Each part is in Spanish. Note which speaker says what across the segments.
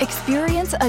Speaker 1: Experience a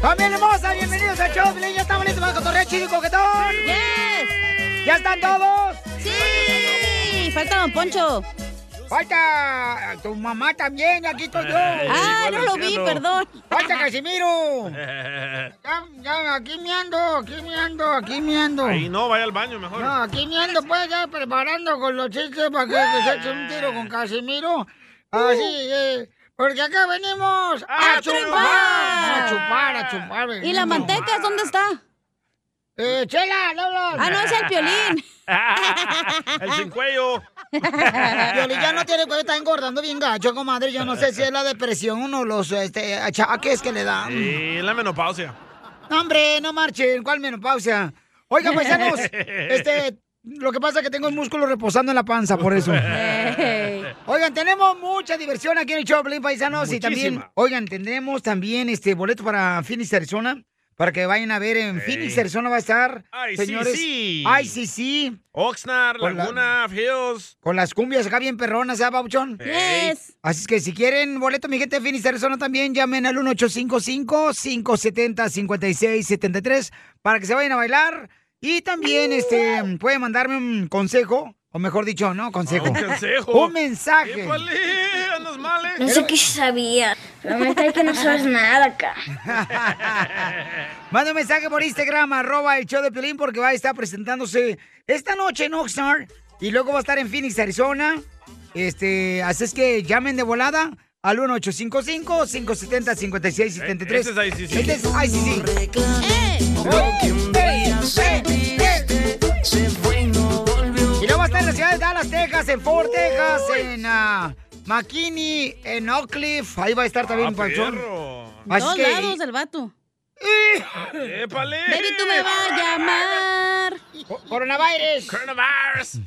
Speaker 2: ¡Familia hermosa! ¡Bienvenidos a Choplin! ¡Ya estamos listos para el cotorreo chido y coquetón!
Speaker 3: ¡Yes!
Speaker 2: ¿Ya están todos?
Speaker 3: ¡Sí! ¡Falta Don Poncho!
Speaker 2: ¡Falta tu mamá también! ¡Aquí estoy yo!
Speaker 3: Ay, Ah, hijo no del lo vi, cielo. perdón.
Speaker 2: ¡Falta Casimiro! Ya, ya, aquí me ando, aquí me ando, aquí me ando.
Speaker 4: Ahí no, vaya al baño mejor.
Speaker 2: No, aquí me ando pues ya preparando con los chistes para que, que se eche un tiro con Casimiro. Así, eh, porque acá venimos a,
Speaker 3: ¡A
Speaker 2: chupar.
Speaker 3: triunfar!
Speaker 2: A chupar, a chupar.
Speaker 3: ¿Y la manteca dónde está?
Speaker 2: Eh, chela, no, no.
Speaker 3: Ah, no, es el piolín.
Speaker 4: El sin cuello.
Speaker 2: Violín ya no tiene cuello, está engordando bien gacho, comadre. Yo no sé si es la depresión o los este, achaques que le dan.
Speaker 4: Sí, la menopausia.
Speaker 2: No, hombre, no marchen. ¿Cuál menopausia? Oiga, paisanos, este, lo que pasa es que tengo el músculo reposando en la panza, por eso. Oigan, tenemos mucha diversión aquí en el Choplin, paisanos. Y también,
Speaker 5: Muchísima.
Speaker 2: oigan, tendremos también este boleto para Phoenix, Arizona. Para que vayan a ver en Phoenix, Arizona va a estar,
Speaker 4: ICC.
Speaker 2: señores. ICC.
Speaker 4: Oxnard,
Speaker 2: Con la-
Speaker 4: Laguna, Hills.
Speaker 2: Con las cumbias acá bien perronas, ¿eh, Bauchón?
Speaker 4: Yes.
Speaker 2: Así es que si quieren boleto, mi gente de Phoenix, Arizona, también llamen al 1855-570-5673 para que se vayan a bailar. Y también este pueden mandarme un consejo, o mejor dicho, ¿no? Consejo.
Speaker 4: Ah, Un consejo.
Speaker 2: Un mensaje.
Speaker 4: ¡Épale! ¡Andas mal, eh!
Speaker 6: No sé qué sabía. Pero me cae que no sabes nada acá.
Speaker 2: Manda un mensaje por Instagram, arroba el show de Piolín, porque va a estar presentándose esta noche en Oxnard. Y luego va a estar en Phoenix, Arizona. Este, así es que llamen de volada al 1855-570-5673.
Speaker 4: Ese es ICC.
Speaker 2: Este es ICC.
Speaker 4: Eh,
Speaker 2: Y luego va a estar en la ciudad de Dallas, Texas, en Fort Texas, en ah, McKinney, en Oak Cliff. Ahí va a estar
Speaker 4: Ah,
Speaker 2: también, Panchón. Así
Speaker 3: Dos
Speaker 2: que- Eh,
Speaker 3: lados el vato.
Speaker 4: ¡Épale!
Speaker 3: Baby, tú me vas a llamar.
Speaker 2: Coronavirus.
Speaker 4: Coronavirus.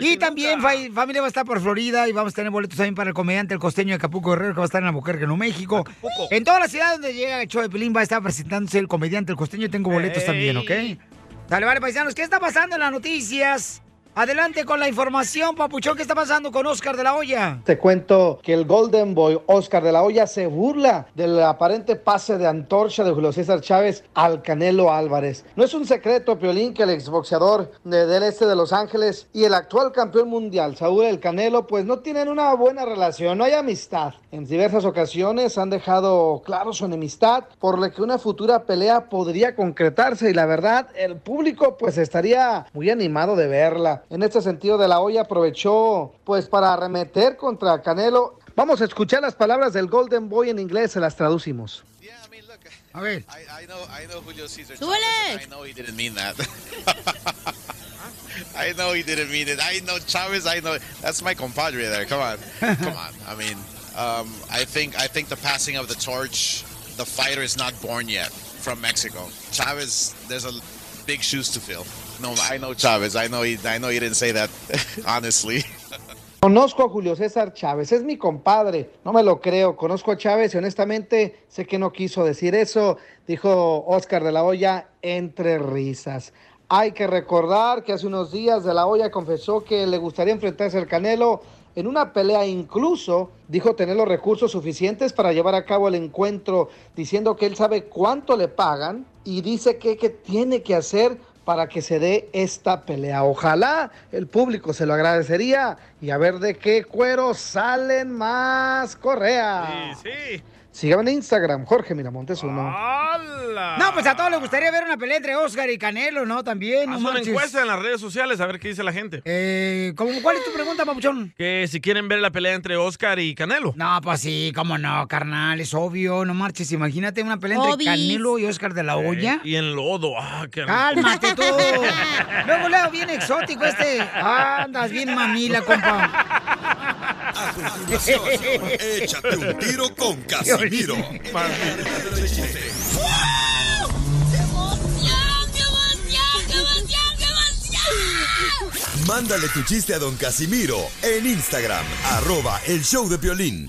Speaker 2: Y también fa- familia va a estar por Florida y vamos a tener boletos también para el comediante El Costeño de Acapulco Guerrero que va a estar en Albuquerque, Nuevo México. En toda la ciudad donde llega el show de Pelín va a estar presentándose el comediante El Costeño. Tengo boletos
Speaker 5: Ey.
Speaker 2: también, ¿ok? Dale, vale, paisanos. ¿Qué está pasando en las noticias? Adelante con la información, papuchón. ¿Qué está pasando con Oscar de la Hoya?
Speaker 7: Te cuento que el Golden Boy Oscar de la Hoya se burla del aparente pase de antorcha de Julio César Chávez al Canelo Álvarez. No es un secreto, Piolín, que el exboxeador de- del este de Los Ángeles y el actual campeón mundial, Saúl El Canelo, pues no tienen una buena relación, no hay amistad. En diversas ocasiones han dejado claro su enemistad, por lo que una futura pelea podría concretarse y la verdad, el público pues estaría muy animado de verla. En este sentido, De La Hoya aprovechó pues para arremeter contra Canelo. Vamos a escuchar las palabras del Golden Boy en inglés, se las traducimos.
Speaker 2: A ver.
Speaker 8: I, I know, I know Julio Cesar.
Speaker 3: Súbele.
Speaker 8: Chavez, and I know he didn't mean that. I know he didn't mean it. I know Chavez. I know that's my compadre there. Come on, come on. I mean, um, I think I think the passing of the torch, the fighter is not born yet from Mexico. Chavez, there's a big shoes to fill. No, I know Chavez. I know he. I know he didn't say that. Honestly.
Speaker 7: Conozco a Julio César Chávez, es mi compadre, no me lo creo, conozco a Chávez y honestamente sé que no quiso decir eso, dijo Oscar de la Hoya entre risas. Hay que recordar que hace unos días de la Hoya confesó que le gustaría enfrentarse al Canelo en una pelea, incluso dijo tener los recursos suficientes para llevar a cabo el encuentro, diciendo que él sabe cuánto le pagan y dice que, que tiene que hacer para que se dé esta pelea. Ojalá el público se lo agradecería y a ver de qué cuero salen más Correa.
Speaker 4: Sí, sí.
Speaker 7: Síganme en Instagram, Jorge Miramontes uno.
Speaker 2: Ah. No, pues a todos les gustaría ver una pelea entre Oscar y Canelo, ¿no? También.
Speaker 4: Haz
Speaker 2: no
Speaker 4: una
Speaker 2: marches.
Speaker 4: encuesta en las redes sociales a ver qué dice la gente.
Speaker 2: Eh, ¿cómo- ¿Cuál es tu pregunta, papuchón?
Speaker 4: Que si quieren ver la pelea entre Oscar y Canelo.
Speaker 2: No, pues sí, cómo no, carnal, es obvio, no marches. Imagínate una pelea entre
Speaker 4: Obis.
Speaker 2: Canelo y Oscar de la Hoya.
Speaker 4: Y en lodo. Ah, qué rico.
Speaker 2: Cálmate tú. Luego, luego, bien exótico este. Andas bien mamila, compa.
Speaker 5: continuación, échate un tiro con Casimiro. Mándale tu chiste a don Casimiro en Instagram, arroba el show de violín.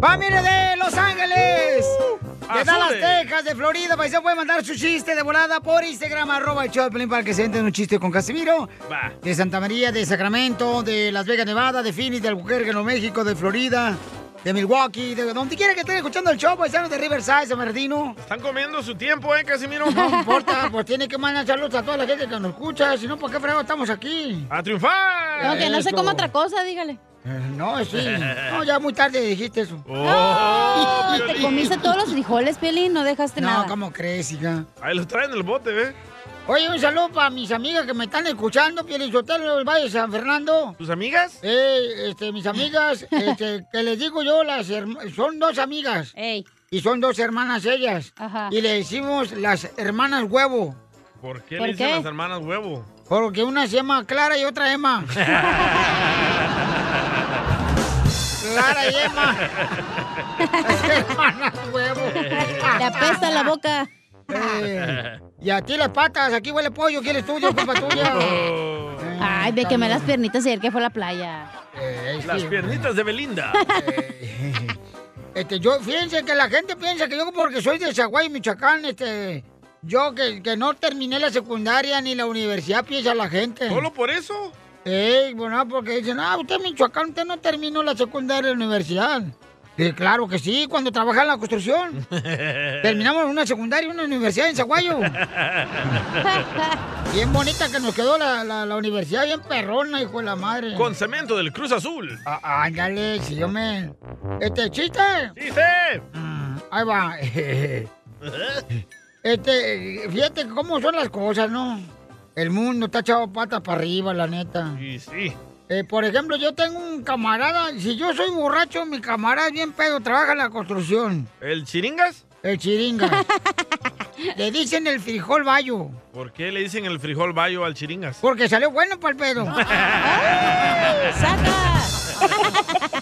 Speaker 2: ¡Familia de Los Ángeles! De
Speaker 4: Azules.
Speaker 2: Dallas, Texas, de Florida, paisano, puede mandar su chiste de volada por Instagram, arroba el show de Piolín, para que se entren un chiste con Casimiro.
Speaker 4: Va.
Speaker 2: De Santa María, de Sacramento, de Las Vegas, Nevada, de Phoenix, de Albuquerque, Nuevo México, de Florida, de Milwaukee, de donde quiera que estén escuchando el show, paisanos de Riverside, San Bernardino.
Speaker 4: Están comiendo su tiempo, ¿eh, Casimiro?
Speaker 2: No importa, pues tiene que mandar saludos a toda la gente que nos escucha, si no, ¿por qué fregado estamos aquí?
Speaker 4: ¡A triunfar!
Speaker 3: No, que no se
Speaker 2: Eso.
Speaker 3: coma otra cosa, dígale.
Speaker 2: Eh, No, sí. No, ya muy tarde dijiste eso.
Speaker 3: Oh, Te Piolín. comiste todos los frijoles, Pelín, no dejaste nada.
Speaker 2: No, ¿cómo crees, hija?
Speaker 4: Ahí los traen en el bote, ¿ve?
Speaker 2: Oye, un saludo para mis amigas que me están escuchando, Pielizotelo del Valle de San Fernando.
Speaker 4: ¿Tus amigas?
Speaker 2: Eh, este, mis amigas, este, que les digo yo, las herma- son dos amigas. Y son dos hermanas ellas.
Speaker 3: Ah.
Speaker 2: Y le decimos las hermanas huevo.
Speaker 4: ¿Por qué
Speaker 2: ¿Por
Speaker 4: le dicen
Speaker 2: qué?
Speaker 4: las hermanas huevo?
Speaker 2: Porque una se llama Clara y otra Emma. Clara y Emma. Las hermanas huevo.
Speaker 3: Te apesta la boca.
Speaker 2: Y a ti las patas, aquí huele pollo, ¿quieres tuyo, culpa tuya?
Speaker 3: Ay, me quemé las piernitas ayer que fue a la playa.
Speaker 4: Las
Speaker 2: Eh, sí.
Speaker 4: piernitas de Belinda.
Speaker 2: Este, yo, fíjense que la gente piensa que yo porque soy de Zaguay, Michoacán, este, yo que, que no terminé la secundaria ni la universidad, piensa la gente.
Speaker 4: ¿Solo por eso?
Speaker 2: Ey, bueno, porque dicen, ah, usted es Michoacán, usted no terminó la secundaria y la universidad. Sí, claro que sí, cuando trabaja en la construcción. Terminamos una secundaria y una universidad en Zaguayo. Bien bonita que nos quedó la, la- la universidad, bien perrona, hijo de la madre.
Speaker 4: Con cemento del Cruz Azul.
Speaker 2: Ah, Ándale, si yo me... Este chiste. Mm,
Speaker 4: ¡Chiste!
Speaker 2: Ahí va. Este, fíjate cómo son las cosas, ¿no? El mundo está echado patas para arriba, la neta.
Speaker 4: Sí, sí.
Speaker 2: Eh, por ejemplo, yo tengo un camarada, si yo soy borracho, mi camarada es bien pedo, trabaja en la construcción.
Speaker 4: ¿El chiringas?
Speaker 2: El chiringa. Le dicen el frijol bayo,
Speaker 4: ¿Por qué le dicen el frijol bayo al chiringas?
Speaker 2: porque salió bueno para el pedo.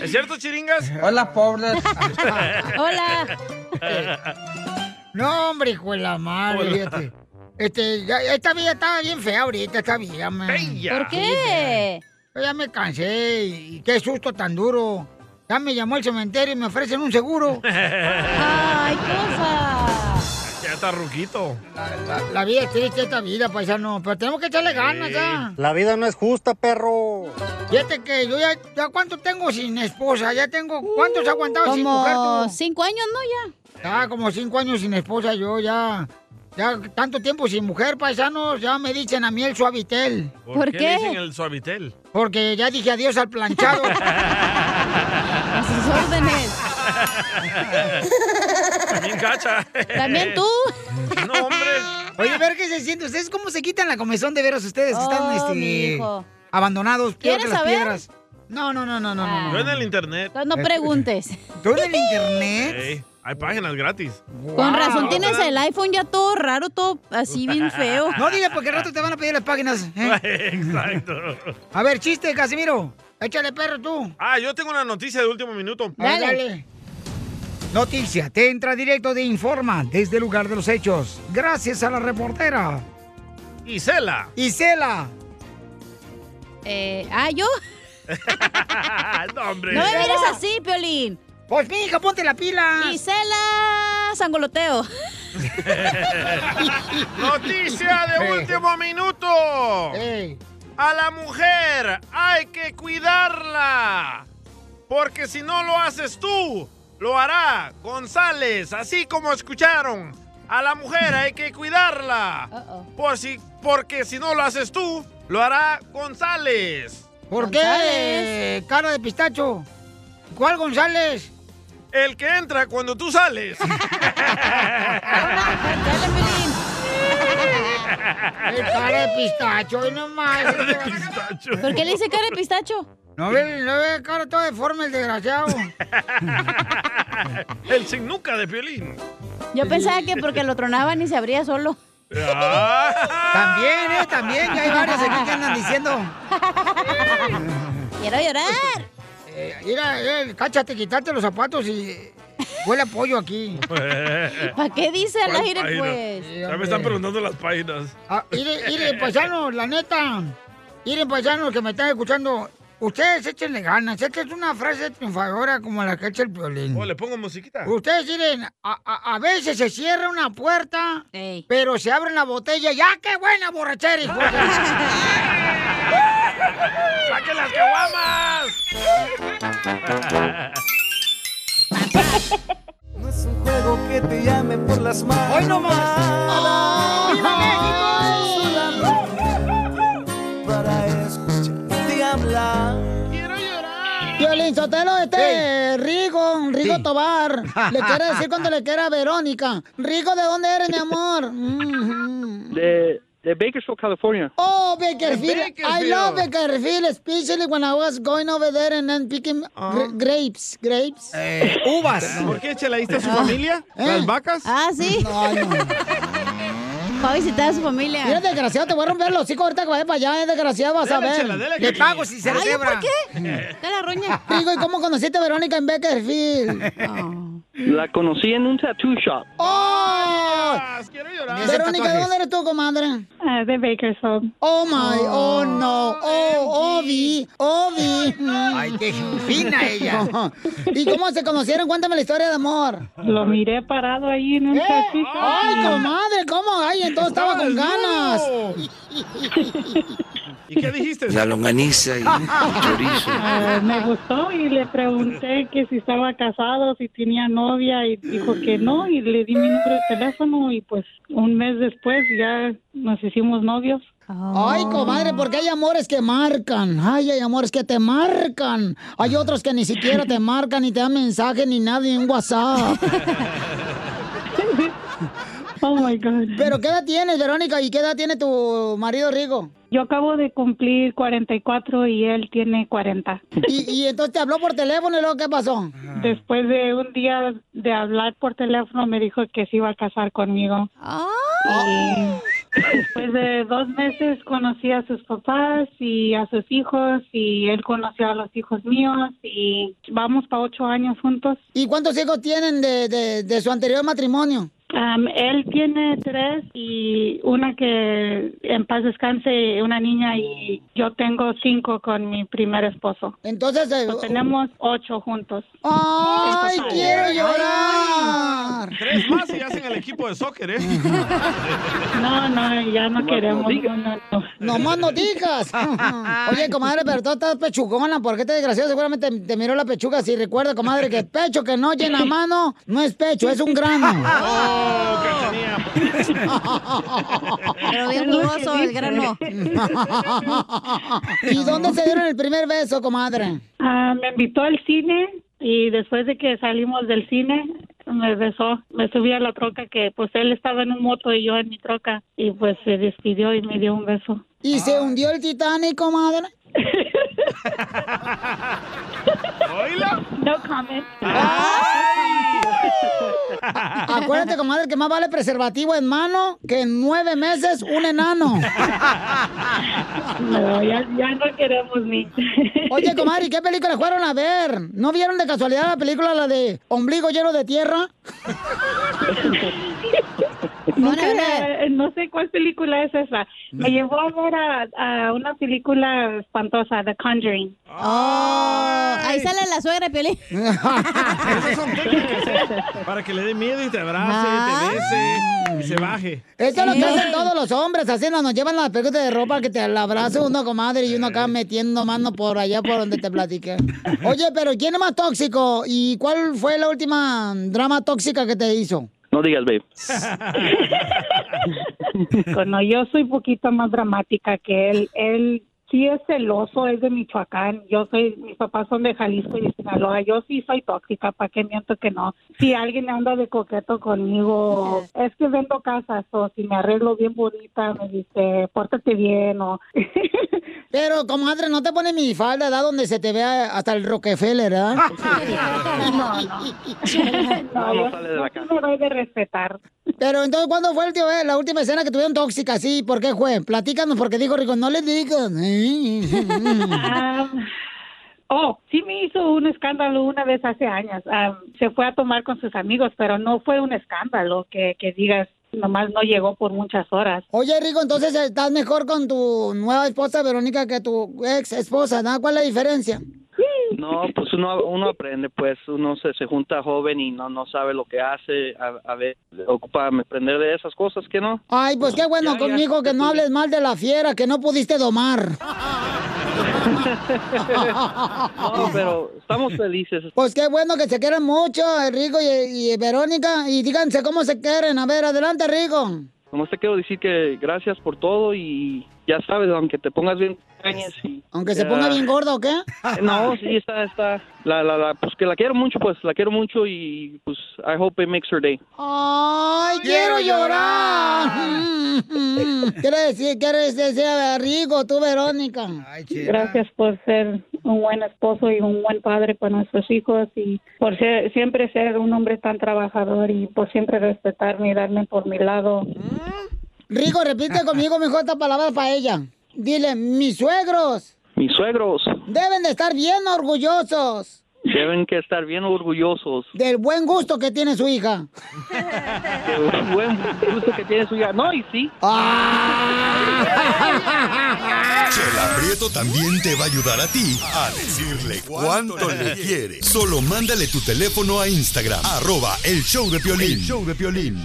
Speaker 4: ¿Es cierto, chiringas?
Speaker 2: Hola, pobres.
Speaker 3: Hola.
Speaker 2: No, hombre, hijo de la madre,
Speaker 4: Hola.
Speaker 2: fíjate. Este, ya- esta vida está bien fea ahorita, esta vida, man.
Speaker 4: Bella. ¿Por qué?
Speaker 2: Sí, fea. Yo ya me cansé y, y qué susto tan duro. Ya me llamó el cementerio y me ofrecen un seguro.
Speaker 4: Ay,
Speaker 3: cosa!
Speaker 4: Ya está ruquito.
Speaker 2: La vida es triste, esta vida, paisano, pero tenemos que echarle ganas ya.
Speaker 9: La vida no es justa, perro.
Speaker 2: Fíjate que yo ya, ya cuánto tengo sin esposa, ya tengo, ¿cuántos has aguantado sin
Speaker 3: como
Speaker 2: mujer tú?
Speaker 3: cinco años, ¿no?
Speaker 2: Ya. como cinco años sin esposa yo, ya. Ya tanto tiempo sin mujer, paisanos, ya me dicen a mí el suavitel.
Speaker 4: ¿Por, qué? le dicen el suavitel?
Speaker 2: Porque ya dije adiós al planchado.
Speaker 3: A sus órdenes.
Speaker 4: También cacha.
Speaker 2: No, hombre. Oye, ver qué se siente. ¿Ustedes cómo se quitan la comezón de veras ustedes que
Speaker 3: Oh,
Speaker 2: están
Speaker 3: mi
Speaker 2: este,
Speaker 3: hijo.
Speaker 2: abandonados? Peor que
Speaker 3: ¿Quieres
Speaker 2: las
Speaker 3: saber?
Speaker 2: piedras. No, no, no, no, no. no,
Speaker 4: Yo en
Speaker 2: no.
Speaker 4: el internet.
Speaker 3: No preguntes.
Speaker 2: ¿Tú en el internet?
Speaker 4: Ey, hay páginas gratis.
Speaker 3: Con razón tienes el iPhone ya todo raro, todo así bien feo.
Speaker 2: No digas porque al rato te van a pedir las páginas. ¿eh?
Speaker 4: Exacto.
Speaker 2: A ver, chiste, Casimiro. Échale perro tú.
Speaker 4: Ah, yo tengo una noticia de último minuto.
Speaker 2: A ver, Noticia, te entra directo de Informa desde el lugar de los hechos. Gracias a la reportera.
Speaker 4: Isela.
Speaker 2: Isela.
Speaker 3: Eh, ah, yo.
Speaker 4: no, hombre.
Speaker 3: No me mires así, Piolín.
Speaker 10: Pues, mija, ponte la pila.
Speaker 3: Gisela Sangoloteo.
Speaker 4: Noticia de último minuto. A la mujer hay que cuidarla. Porque si no lo haces tú, lo hará González. Así como escucharon. A la mujer hay que cuidarla. Por si, porque si no lo haces tú, lo hará González.
Speaker 10: ¿Por qué? Cara de pistacho. ¿Cuál González?
Speaker 4: El que entra cuando tú sales.
Speaker 10: El cara de pistacho, hoy nomás.
Speaker 3: ¿Por qué le dice cara de pistacho?
Speaker 10: No ve, no ve cara toda deforme el desgraciado.
Speaker 4: El sin nuca de violín.
Speaker 3: Yo pensaba que porque lo tronaban y se abría solo.
Speaker 10: También, eh, también. Ya hay varios aquí que andan diciendo.
Speaker 3: Quiero llorar.
Speaker 10: mira, eh, cáchate, quítate los zapatos y huele a pollo aquí.
Speaker 4: ¿Para
Speaker 3: qué dice al aire, pues?
Speaker 4: Ya me están preguntando las páginas.
Speaker 10: Ah, Mire, mire, paisanos, la neta. Miren, paisanos que me están escuchando. Ustedes échenle ganas. Esta es una frase triunfadora como la que echa el violín.
Speaker 4: Oh, le pongo musiquita.
Speaker 10: Ustedes miren, a, a- a veces se cierra una puerta, pero se abre la botella. ¡Ya qué buena borrachera! hijo de-
Speaker 4: ¡Saquen las caguamas!
Speaker 7: No es un juego que te llame por las manos.
Speaker 10: ¡Hoy no más!
Speaker 7: ¡Viva México! Para escucharte hablar.
Speaker 2: Violín Sotelo, este Rigo, Rigo
Speaker 7: Sí.
Speaker 2: Tobar, le quiere decir cuando le quiera a Verónica. Rigo, ¿de dónde eres, mi amor? Mm.
Speaker 11: de, de Bakersfield, California.
Speaker 2: Oh, Bakerfield. I
Speaker 11: Bakersfield.
Speaker 2: love Bakerfield, especially when I was going over there and then picking gr- grapes. Grapes.
Speaker 4: uvas. ¿Por qué se la diste a
Speaker 2: Ah,
Speaker 4: su familia?
Speaker 2: eh.
Speaker 4: ¿Las vacas?
Speaker 3: Ah, sí. Va a visitar a su familia.
Speaker 2: Mira, desgraciado, te voy a romper los hocico ahorita que vaya para allá, eh, desgraciado, vas a
Speaker 10: Dele,
Speaker 2: ver.
Speaker 10: chela, dele, Le Piolín. pago si se
Speaker 2: Ay,
Speaker 10: celebra.
Speaker 2: ¿por qué? Te la roña. Rigo, ¿y cómo conociste a Verónica en Bakerfield?
Speaker 11: La conocí en un tattoo shop.
Speaker 2: ¡Oh! Verónica, ¿de
Speaker 11: tatuajes.
Speaker 2: dónde eres tú, comadre?
Speaker 12: Eh,
Speaker 11: de Bakersfield.
Speaker 2: Oh my, oh, no, oh, Obi, Obi.
Speaker 10: Ay, qué fina ella.
Speaker 2: ¿Y cómo se conocieron? Cuéntame la historia de amor. ¡Eh!
Speaker 12: Lo miré parado ahí en un taxi.
Speaker 2: Ay, comadre, ¿cómo? Ay, entonces estaba con ganas.
Speaker 4: ¿Y qué dijiste?
Speaker 13: La longaniza y chorizo.
Speaker 12: Ah, me gustó y le pregunté que si estaba casado, si tenía novia y dijo que no y le di mi número de teléfono y pues un mes después ya nos hicimos novios.
Speaker 2: Ay, comadre, porque hay amores que marcan. Ay, hay amores que te marcan. Hay otros que ni siquiera te marcan, ni te dan mensaje, ni nada, ni en WhatsApp.
Speaker 12: Oh my God.
Speaker 2: Pero ¿qué edad tienes, Verónica? ¿Y qué edad tiene tu marido Rigo?
Speaker 12: Yo acabo de cumplir 44 y él tiene 40.
Speaker 2: Y, y entonces te habló por teléfono y luego ¿qué pasó?
Speaker 12: Después de un día de hablar por teléfono me dijo que se iba a casar conmigo. Y después de dos meses conocí a sus papás y a sus hijos y él conoció a los hijos míos y vamos para ocho años juntos.
Speaker 2: ¿Y cuántos hijos tienen de, de- de su anterior matrimonio?
Speaker 12: Am, él tiene tres y una que en paz descanse, una niña y yo tengo cinco con mi primer esposo.
Speaker 2: Entonces eh, Oh,
Speaker 12: So, tenemos ocho juntos.
Speaker 2: ¡Ay,
Speaker 12: Entonces,
Speaker 2: quiero
Speaker 12: ay,
Speaker 2: llorar!
Speaker 4: Tres más
Speaker 2: ¿eh?
Speaker 4: y hacen el equipo de soccer, ¿eh?
Speaker 12: No, no, ya no
Speaker 4: Nomás
Speaker 12: queremos.
Speaker 4: no digas.
Speaker 12: no, no, no.
Speaker 2: No más no digas. Oye, comadre, pero tú estás pechugona, porque este desgraciado seguramente te, te miró la pechuga. Si recuerda, comadre, que pecho que no llena mano no es pecho, es un grano.
Speaker 4: Oh,
Speaker 3: Pero bien jugoso el grano.
Speaker 2: ¿Y dónde se dieron el primer beso, comadre?
Speaker 12: Ah, me invitó al cine y después de que salimos del cine me besó, me subí a la troca que pues él estaba en un moto y yo en mi troca y pues se despidió y me dio un beso.
Speaker 2: ¿Y se hundió el Titanic, comadre?
Speaker 12: No comment.
Speaker 2: Acuérdate, comadre, que más vale preservativo en mano que en nueve meses un enano.
Speaker 12: No, ya, ya no queremos ni.
Speaker 2: Oye, comadre, ¿y qué película fueron a ver? ¿No vieron de casualidad la película, la de Ombligo lleno de tierra?
Speaker 12: Nunca la- no sé cuál película es esa. Me llevó a ver a, a una película espantosa, The Conjuring.
Speaker 10: Oh, ahí sale la suegra de Piolín.
Speaker 4: Para que le dé miedo y te abrace, te bese y se baje.
Speaker 2: Esto Ah. es lo que
Speaker 4: Sí.
Speaker 2: hacen todos los hombres, así nos, nos llevan las películas de ropa que te la abrace uno comadre y uno acá metiendo mano por allá por donde te platiqué. Oye, pero ¿quién es más tóxico? ¿Y cuál fue la última drama tóxica que te hizo?
Speaker 11: No digas, babe.
Speaker 12: Bueno, yo soy poquito más dramática que él. Él sí es celoso, es de Michoacán. Yo soy, mis papás son de Jalisco y de Sinaloa. Yo sí soy tóxica, ¿para qué miento que no? Si alguien anda de coqueto conmigo, es que vendo casas o si me arreglo bien bonita, Ah, me dice, pórtate bien o...
Speaker 2: Pero, comadre, no te pones mi falda, da donde se te vea hasta el Rockefeller, ¿verdad?
Speaker 12: No, no. No, yo no me doy de respetar.
Speaker 2: Pero entonces, ¿cuándo fue el tío, eh, la última escena que tuvieron tóxica? Sí, ¿por qué fue? Platícanos, porque dijo Rico, no le digas.
Speaker 12: Ah, oh, sí me hizo un escándalo una vez hace años. Ah, se fue a tomar con sus amigos, pero no fue un escándalo que, que digas, nomás no llegó por muchas horas.
Speaker 2: Oye, Rico, entonces estás mejor con tu nueva esposa, Verónica, que tu ex esposa, ¿no? ¿Cuál es la diferencia?
Speaker 11: No, pues uno, uno aprende, pues uno se, se junta joven y no, no sabe lo que hace. A, a ver, ocupa aprender de esas cosas que no.
Speaker 2: Ay, pues qué bueno
Speaker 11: Ya, ya.
Speaker 2: conmigo que no hables mal de la fiera que no pudiste domar. Ah.
Speaker 11: No, pero estamos felices.
Speaker 2: Pues qué bueno que se quieran mucho, eh, Rico y, y Verónica, y díganse cómo se quieren. A ver, adelante, Rico.
Speaker 11: Nomás te quiero decir que gracias por todo y ya sabes, aunque te pongas bien cañas y...
Speaker 2: Aunque se ponga
Speaker 11: Ah,
Speaker 2: bien gordo, ¿o qué?
Speaker 11: No, sí, está, está. La, la, la, pues que la quiero mucho, pues la quiero mucho y pues I hope it makes her day.
Speaker 2: ¡Ay, quiero llorar! Quiero decir, quieres decir a Rico, tú, Verónica.
Speaker 12: Gracias por ser un buen esposo y un buen padre para nuestros hijos y por ser, siempre ser un hombre tan trabajador y por siempre respetarme y darme por mi lado.
Speaker 2: Rico, repite conmigo mejor esta palabra para ella. Dile, mis suegros
Speaker 11: Mis suegros
Speaker 2: deben de estar bien orgullosos
Speaker 11: deben que estar bien orgullosos.
Speaker 2: del buen gusto que tiene su hija.
Speaker 11: Qué buen gusto que tiene su hija. No, y sí.
Speaker 5: Chela Prieto también te va a ayudar a ti a decirle cuánto le quiere. Solo mándale tu teléfono a Instagram, arroba el show de Piolín.
Speaker 14: El
Speaker 5: show de Piolín.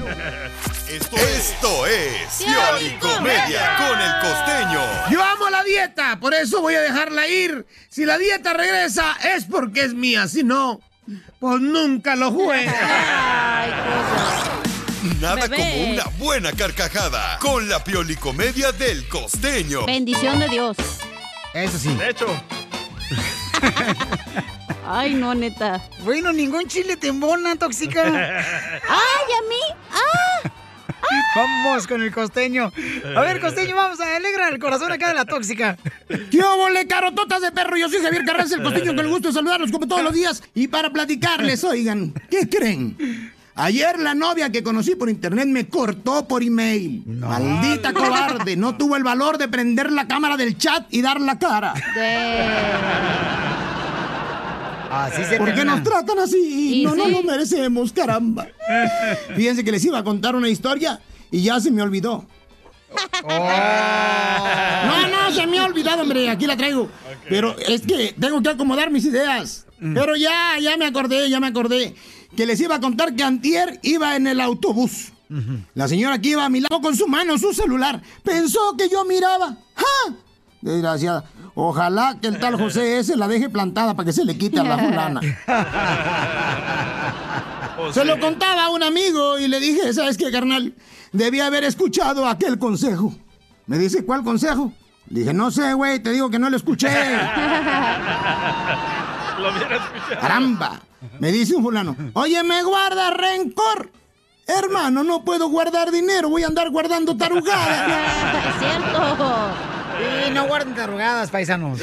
Speaker 5: Esto, Esto es Pioli Comedia con el costeño.
Speaker 14: Yo amo la dieta, por eso voy a dejarla ir. Si la dieta regresa es porque es mía, si no, pues nunca lo jugué.
Speaker 5: Nada
Speaker 14: Bebé.
Speaker 5: como una buena carcajada con la Pioli Comedia del costeño.
Speaker 10: Bendición de Dios.
Speaker 2: Eso sí.
Speaker 4: De hecho.
Speaker 10: Ay, no, neta.
Speaker 2: Bueno, ningún chile te embona, tóxica.
Speaker 10: ¡Ay, a mí! ¡Ah!
Speaker 2: Vamos con el costeño. A ver, costeño, vamos a alegrar el corazón acá de la tóxica.
Speaker 14: ¡Qué óvole, carototas de perro! Yo soy Javier Carranza, el costeño, con el gusto de saludarlos como todos los días. Y para platicarles, oigan, ¿qué creen? Ayer la novia que conocí por internet me cortó por email. Maldita cobarde, no tuvo el valor de prender la cámara del chat y dar la cara.
Speaker 2: Así se
Speaker 14: ¿Por qué
Speaker 2: termina.
Speaker 14: nos tratan así?
Speaker 2: Y
Speaker 14: no, no
Speaker 2: sí.
Speaker 14: lo merecemos, caramba. Fíjense que les iba a contar una historia y ya se me olvidó. No, no, se me ha olvidado, hombre, aquí la traigo. Pero es que tengo que acomodar mis ideas. Pero ya, ya me acordé, ya me acordé. Que les iba a contar que antier iba en el autobús. La señora que iba a mi lado con su mano, su celular, pensó que yo miraba. ¡Ja! Desgraciada. Ojalá que el tal José ese la deje plantada para que se le quite a la fulana. Se lo contaba a un amigo y le dije, ¿sabes qué, carnal? Debía haber escuchado aquel consejo. Me dice, ¿cuál consejo? Le dije, no sé, güey, te digo que no lo escuché.
Speaker 4: Lo hubiera escuchado.
Speaker 14: Caramba. Me dice un fulano, oye, me guarda rencor. Hermano, no puedo guardar dinero, voy a andar guardando tarugadas.
Speaker 2: Cierto. Sí, no guarden tarugadas, paisanos.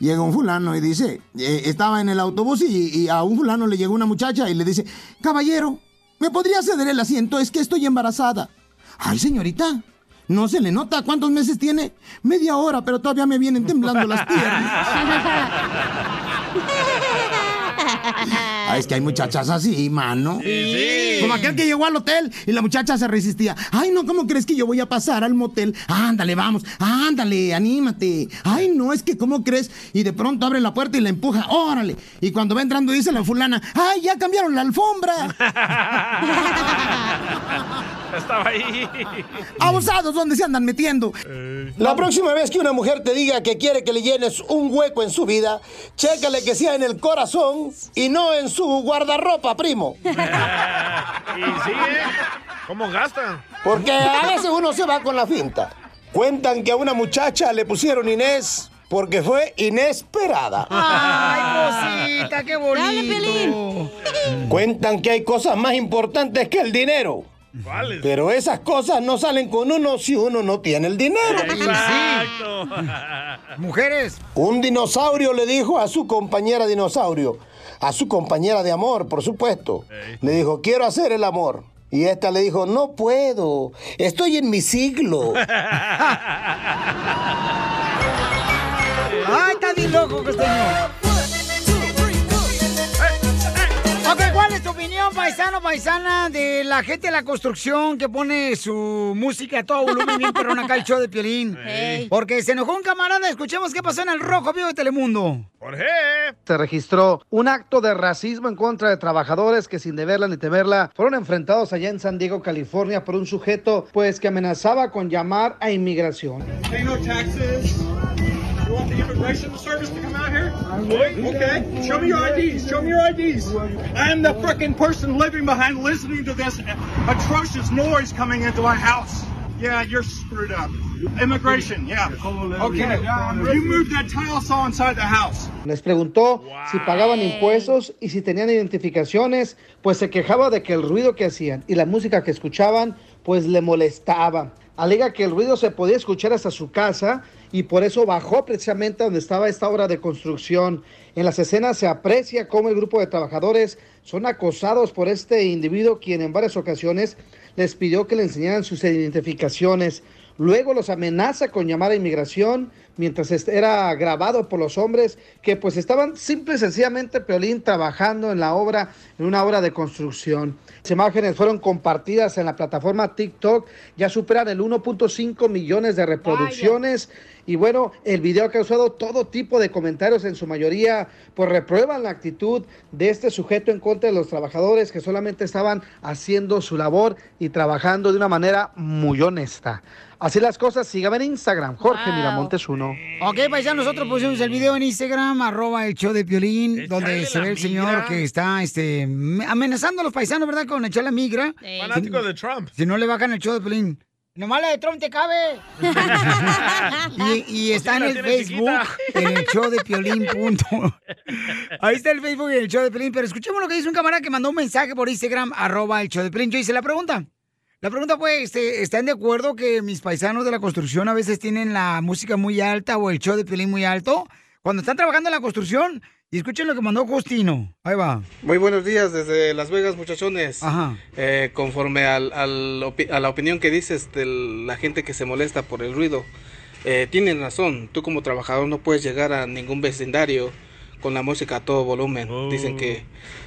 Speaker 14: Llega un fulano y dice, eh, estaba en el autobús y, y a un fulano le llegó una muchacha y le dice, caballero, ¿me podría ceder el asiento? Es que estoy embarazada. Ay, señorita, no se le nota cuántos meses tiene. Media hora, pero todavía me vienen temblando las piernas. Ah, Ay, es que hay muchachas así, mano.
Speaker 4: Sí, sí.
Speaker 14: Como aquel que llegó al hotel y la muchacha se resistía. Ay, no, ¿cómo crees que yo voy a pasar al motel? Ándale, vamos, ándale, anímate. Ay, no, es que ¿cómo crees? Y de pronto abre la puerta y la empuja, órale. Y cuando va entrando dice la fulana, ay, ya cambiaron la alfombra.
Speaker 4: Estaba ahí.
Speaker 14: Abusados, ¿dónde se andan metiendo?
Speaker 15: La próxima vez que una mujer te diga que quiere que le llenes un hueco en su vida, chécale que sea en el corazón y no en su guardarropa, primo.
Speaker 4: Y sí, ¿eh? ¿Cómo gastan?
Speaker 15: Porque a veces uno se va con la finta. Cuentan que a una muchacha le pusieron Inés porque fue inesperada.
Speaker 2: Ay, cosita, qué bonito.
Speaker 15: Cuentan que hay cosas más importantes que el dinero. Pero esas cosas no salen con uno si uno no tiene el dinero.
Speaker 4: Exacto.
Speaker 15: Mujeres. Un dinosaurio le dijo a su compañera dinosaurio, a su compañera de amor, por supuesto. Le dijo, quiero hacer el amor. Y esta le dijo, no puedo, estoy en mi siglo.
Speaker 2: Ay, está bien loco que señor. Ok, ¿cuál es tu opinión, paisano, paisana, de la gente de la construcción que pone su música a todo volumen bien pero acá el show de Piolín? Porque se enojó un camarada, escuchemos qué pasó en el Rojo Vivo de Telemundo.
Speaker 7: Se registró un acto de racismo en contra de trabajadores que sin deberla ni temerla fueron enfrentados allá en San Diego, California por un sujeto pues que amenazaba con llamar a inmigración.
Speaker 16: Pay no taxes. You want the immigration service to come out here? Okay. Show me your IDs. Show me your IDs. I'm the frickin' person living behind listening to this atrocious noise coming into my house. Yeah, you're screwed up. Immigration, yeah. Okay. You moved that tile saw inside the house.
Speaker 7: Les preguntó si pagaban impuestos y si tenían identificaciones, pues se quejaba de que el ruido que hacían y la música que escuchaban pues le molestaba. Alega que el ruido se podía escuchar hasta su casa y por eso bajó precisamente a donde estaba esta obra de construcción. En las escenas se aprecia cómo el grupo de trabajadores son acosados por este individuo quien en varias ocasiones les pidió que le enseñaran sus identificaciones. Luego los amenaza con llamar a inmigración mientras est- era grabado por los hombres que pues estaban simple y sencillamente Peolín trabajando en la obra, en una obra de construcción. Las imágenes fueron compartidas en la plataforma TikTok, ya superan el 1.5 millones de reproducciones y bueno, el video ha causado todo tipo de comentarios, en su mayoría pues reprueban la actitud de este sujeto en contra de los trabajadores que solamente estaban haciendo su labor y trabajando de una manera muy honesta. Así las cosas, síganme en Instagram, Jorge Miramontes 1.
Speaker 2: Ok, paisano, nosotros pusimos el video en Instagram, arroba el show de Piolín, donde se
Speaker 4: la
Speaker 2: ve el señor
Speaker 4: migra.
Speaker 2: que está este, amenazando a los paisanos, ¿verdad? Con echar la migra.
Speaker 4: Fanático de Trump.
Speaker 2: Si no le bajan el show de Piolín. Nomás la de Trump te cabe. y, y está en
Speaker 4: la
Speaker 2: el
Speaker 4: tiene
Speaker 2: Facebook, en el show de Piolín, punto. Ahí está el Facebook y el show de Piolín. Pero escuchemos lo que dice un camarada que mandó un mensaje por Instagram, arroba el show de Piolín. Yo hice la pregunta. La pregunta fue, este, ¿están de acuerdo que mis paisanos de la construcción a veces tienen la música muy alta o el show de Piolín muy alto? Cuando están trabajando en la construcción, y escuchen lo que mandó Justino. Ahí va.
Speaker 17: Muy buenos días desde Las Vegas, muchachones. Eh, conforme al- al opi- a la opinión que dices de la gente que se molesta por el ruido, eh, tienen razón. Tú como trabajador no puedes llegar a ningún vecindario con la música a todo volumen. Dicen que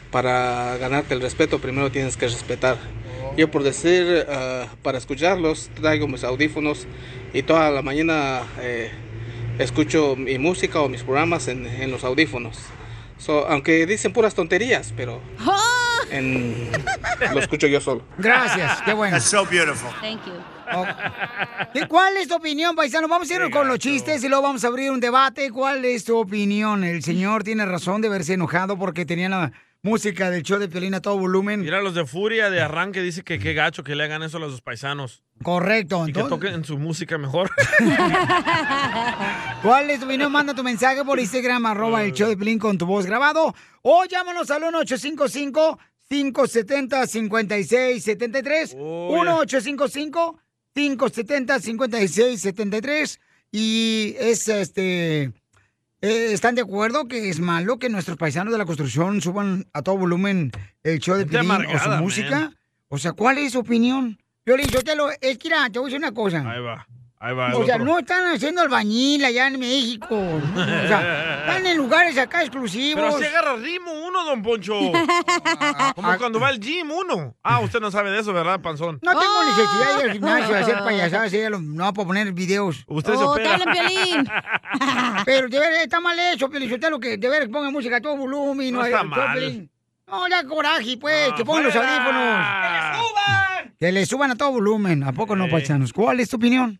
Speaker 17: para ganarte el respeto primero tienes que respetar. Yo por decir, ah, para escucharlos, traigo mis audífonos y toda la mañana eh, escucho mi música o mis programas en, en los audífonos. So, aunque dicen puras tonterías, pero en- lo escucho yo solo.
Speaker 2: Gracias, qué bueno.
Speaker 17: That's so beautiful.
Speaker 3: Thank you.
Speaker 2: ¿Qué- ¿Cuál es tu opinión, paisano? Vamos a ir con los chistes y luego vamos a abrir un debate. ¿Cuál es tu opinión? El señor tiene razón de verse enojado porque tenía la música del show de Piolín a todo volumen.
Speaker 4: Mira, los de Furia, de Arranque, dice que qué gacho que le hagan eso a los paisanos.
Speaker 2: Correcto,
Speaker 4: Y que
Speaker 2: entonces.
Speaker 4: toquen su música mejor.
Speaker 2: ¿Cuál es tu opinión? Manda tu mensaje por Instagram, arroba el show de Piolín con tu voz grabado. O llámanos al 1855 570 5673
Speaker 4: Oh,
Speaker 2: 1855 570 5673 Y es este. eh, ¿Están de acuerdo que es malo que nuestros paisanos de la construcción suban a todo volumen el show de
Speaker 4: Gente
Speaker 2: Piolín o su
Speaker 4: amargada,
Speaker 2: música?
Speaker 4: man.
Speaker 2: O sea, ¿cuál es su opinión? Piolín, yo te lo... Es que, mira, te voy a decir una cosa. Ahí
Speaker 4: va.
Speaker 18: Ahí va. el
Speaker 2: O sea,
Speaker 18: otro.
Speaker 2: no están haciendo albañil allá en México. O sea, están en lugares acá exclusivos.
Speaker 4: Pero si agarra ritmo uno, don Poncho.
Speaker 2: Ah,
Speaker 4: Como cuando va al gym uno. Ah, usted no sabe de eso, ¿verdad, panzón? Ah.
Speaker 2: No tengo necesidad de ir al gimnasio a hacer payasadas. ella lo- No, para poner videos.
Speaker 4: Usted se Oh, opera. te hablan,
Speaker 2: Piolín. Pero de ver, está mal hecho, Piolín. Usted lo que de ver, ponga música a todo volumen.
Speaker 4: No está
Speaker 2: todo,
Speaker 4: mal.
Speaker 2: Piolín. No, ya coraje, pues.
Speaker 4: Ah,
Speaker 2: que pongan los
Speaker 4: fuera.
Speaker 2: audífonos. Que le suban a todo volumen. ¿A poco no, paisanos? ¿Cuál es tu opinión?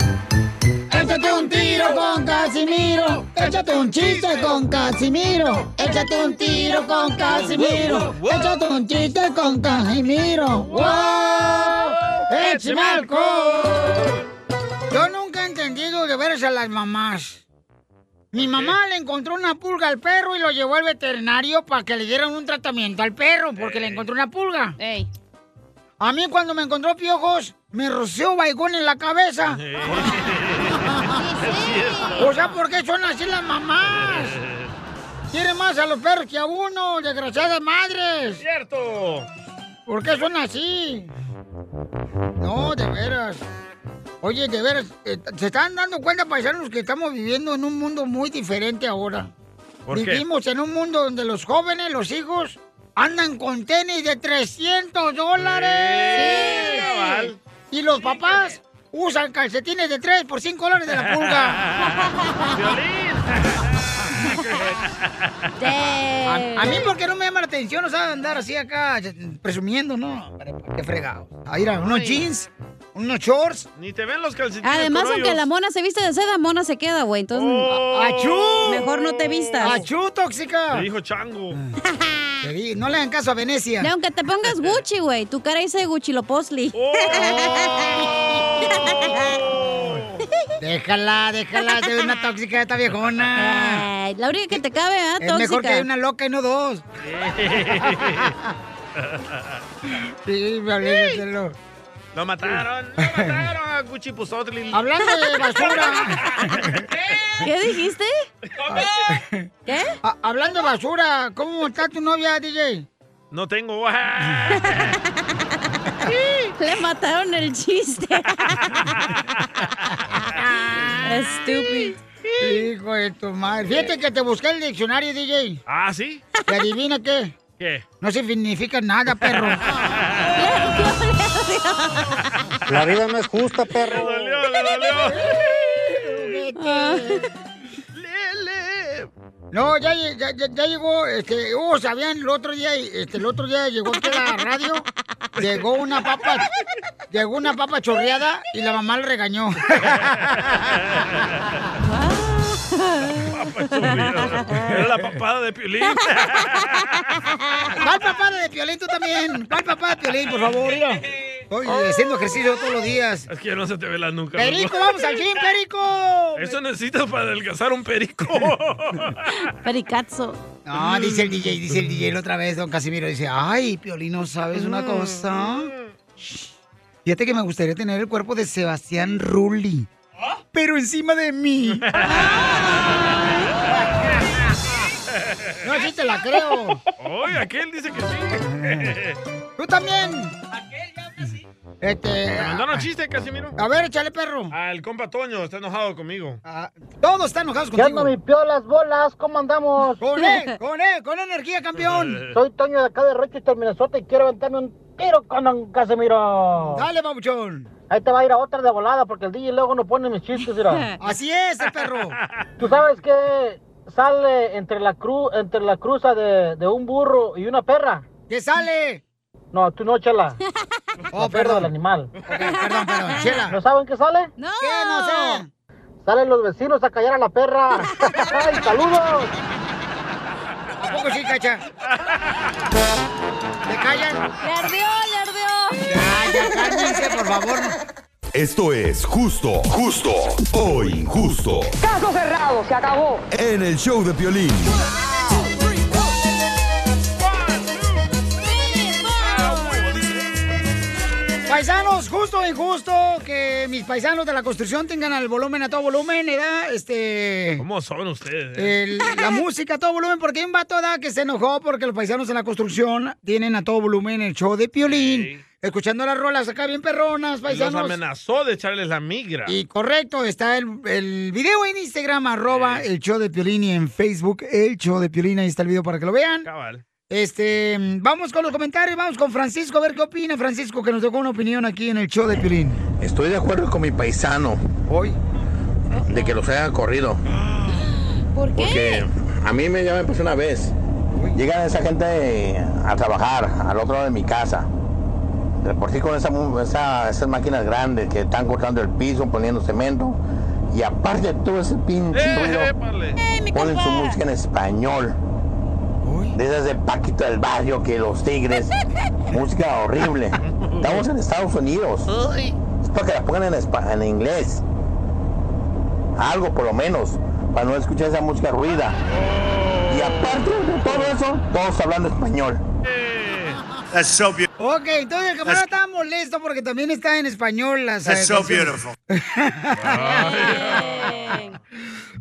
Speaker 10: Échate un tiro con Casimiro. Échate un chiste con Casimiro. Échate un tiro con Casimiro. Échate un chiste con Casimiro. ¡Wow!
Speaker 2: ¡Échame alcohol! Yo nunca he entendido de veras a las mamás. Mi mamá le encontró una pulga al perro y lo llevó al veterinario para que le dieran un tratamiento al perro porque le encontró una pulga. A mí cuando me encontró piojos, me roció baigón en la cabeza. O sea, ¿por qué son así las mamás? Quieren más a los perros que a uno, desgraciadas madres. Cierto. ¿Por qué son así? No, de veras. Oye, de veras, eh, se están dando cuenta, paisanos, que estamos viviendo en un mundo muy diferente ahora.
Speaker 4: ¿Por qué?
Speaker 2: Vivimos en un mundo donde los jóvenes, los hijos, andan con tenis de 300 dólares.
Speaker 4: cabal.
Speaker 2: Y los papás usan calcetines de 3 por 5 dólares de la pulga. A, a mí porque no me llama la atención, o sea, andar así acá eh, presumiendo, ¿no? pues, Qué fregado. Ahí era, unos jeans, unos shorts.
Speaker 4: Ni te ven los calcetines.
Speaker 3: Además,
Speaker 4: con
Speaker 3: aunque
Speaker 4: hoyos.
Speaker 3: la mona se viste de seda, mona se queda, güey. Entonces,
Speaker 4: ¡Oh! ¡Achú!
Speaker 3: mejor no te vistas.
Speaker 2: ¡Achú, tóxica!
Speaker 4: Le dijo chango.
Speaker 2: no le hagan caso a Venecia.
Speaker 3: Y aunque te pongas Gucci, güey, tu cara dice Gucci lo posli.
Speaker 2: Déjala, déjala, se ve una tóxica esta viejona.
Speaker 3: la única que te cabe, ¿ah?
Speaker 2: Es mejor
Speaker 3: Tóxica.
Speaker 2: que hay una loca y no dos. Sí, Piolín, Sotelo.
Speaker 4: Lo mataron, lo mataron a Cuchipuzotli.
Speaker 2: Hablando de basura.
Speaker 3: ¿Qué dijiste? ¿Qué?
Speaker 2: hablando de basura, ¿cómo está tu novia, DJ?
Speaker 4: No tengo. ¡Ah!
Speaker 3: Le mataron el chiste. Estúpido.
Speaker 2: Hijo de tu madre. Fíjate que te busqué el diccionario, DJ.
Speaker 4: Ah, ¿sí?
Speaker 2: ¿Te adivina qué?
Speaker 4: ¿Qué?
Speaker 2: No significa nada, perro.
Speaker 9: La vida no es justa, perro.
Speaker 2: No, ya, lle- ya- ya- ya llegó, este, oh, sabían, el otro día, este, el otro día llegó aquí a la radio, llegó una papa, llegó una papa chorreada y la mamá le regañó.
Speaker 4: Papa chorreada. Era la papada de Piolín.
Speaker 2: ¿Cuál papá de Piolín tú también? ¿Cuál papá de Piolín, por favor? Mira. Oye, haciendo ejercicio todos los días.
Speaker 4: Es que no se te ve la nuca.
Speaker 2: Perico,
Speaker 4: loco.
Speaker 2: vamos al gym, Perico.
Speaker 4: Eso necesitas para adelgazar un perico.
Speaker 3: Pericazo.
Speaker 2: No, dice el DJ, dice el DJ la otra vez, don Casimiro, dice, ay, Piolín, ¿no ¿sabes una cosa? Fíjate que me gustaría tener el cuerpo de Sebastián Rulli, pero encima de mí. No, sí te la creo.
Speaker 4: Oye, aquel dice que sí.
Speaker 2: Tú también. Este,
Speaker 4: Me mandaron chiste, Casimiro.
Speaker 2: A ver, échale, perro. Ah.
Speaker 4: Al compa Toño está enojado conmigo.
Speaker 2: Todos están enojados contigo.
Speaker 4: ¿Qué onda, mi
Speaker 2: piolas, bolas? ¿Cómo andamos? Con él, con él, con energía,
Speaker 4: Eh.
Speaker 2: campeón.
Speaker 7: Soy Toño de acá de Rochester, Minnesota y quiero aventarme un tiro con don Casimiro.
Speaker 2: Dale, babuchón.
Speaker 7: Ahí te va a ir a otra de volada porque el DJ luego no pone mis chistes, mira.
Speaker 2: Así es, el perro.
Speaker 7: Tú sabes que sale entre la cruz, entre la cruza de, de un burro y una perra.
Speaker 2: ¿Qué sale?
Speaker 7: No, tú no, chela. perro
Speaker 2: Oh, perdón.
Speaker 7: del animal.
Speaker 2: perdón, perdón, chela.
Speaker 7: ¿No saben qué sale?
Speaker 3: No.
Speaker 2: ¿Qué no sé?
Speaker 7: Salen los vecinos a callar a la perra. ¡Ay, saludos!
Speaker 2: ¿A poco sí, cacha? ¿Te callan?
Speaker 3: Le ardió, le ardió.
Speaker 2: Ya, ya, cálmense, por favor.
Speaker 5: Esto es justo, justo o injusto.
Speaker 19: Caso cerrado, se acabó.
Speaker 5: En el show de violín.
Speaker 2: paisanos, justo o injusto que mis paisanos de la construcción tengan al volumen a todo volumen, ¿verdad? Este.
Speaker 4: ¿Cómo son ustedes? eh?
Speaker 2: el- la música a todo volumen, porque hay un vato ¿verdad? que se enojó porque los paisanos en la construcción tienen a todo volumen el show de Piolín, escuchando las rolas acá bien perronas,
Speaker 4: Y Los
Speaker 2: paisanos.
Speaker 4: amenazó de echarles la migra.
Speaker 2: Y correcto, está el, el video en Instagram, arroba el show de Piolín y en Facebook el show de Piolín, ahí está el video para que lo vean.
Speaker 4: Cabal.
Speaker 2: Este, vamos con los comentarios, vamos con Francisco a ver qué opina Francisco, que nos dejó una opinión aquí en el show de Piolín.
Speaker 20: Estoy de acuerdo con mi paisano. Hoy. De que los haya corrido.
Speaker 10: ¿Por
Speaker 20: Porque a mí me, ya me pasó una vez. Llega esa gente eh, a trabajar al otro lado de mi casa. De por sí con esa mu- esa- esas máquinas grandes que están cortando el piso, poniendo cemento. Y aparte de todo ese pinche
Speaker 10: Eh,
Speaker 20: ruido, ponen su música en español. De esas de Paquito del Barrio que los tigres. música horrible. Estamos en Estados Unidos.
Speaker 10: Oh.
Speaker 20: Es para que la pongan en, espa- en inglés. Algo por lo menos. Para no escuchar esa música ruida. Y aparte de todo eso, todos hablando español.
Speaker 21: That's so beautiful.
Speaker 2: Ok, entonces el camarada estaba molesto porque también está en español las eh,
Speaker 21: That's so
Speaker 2: canciones.
Speaker 21: beautiful.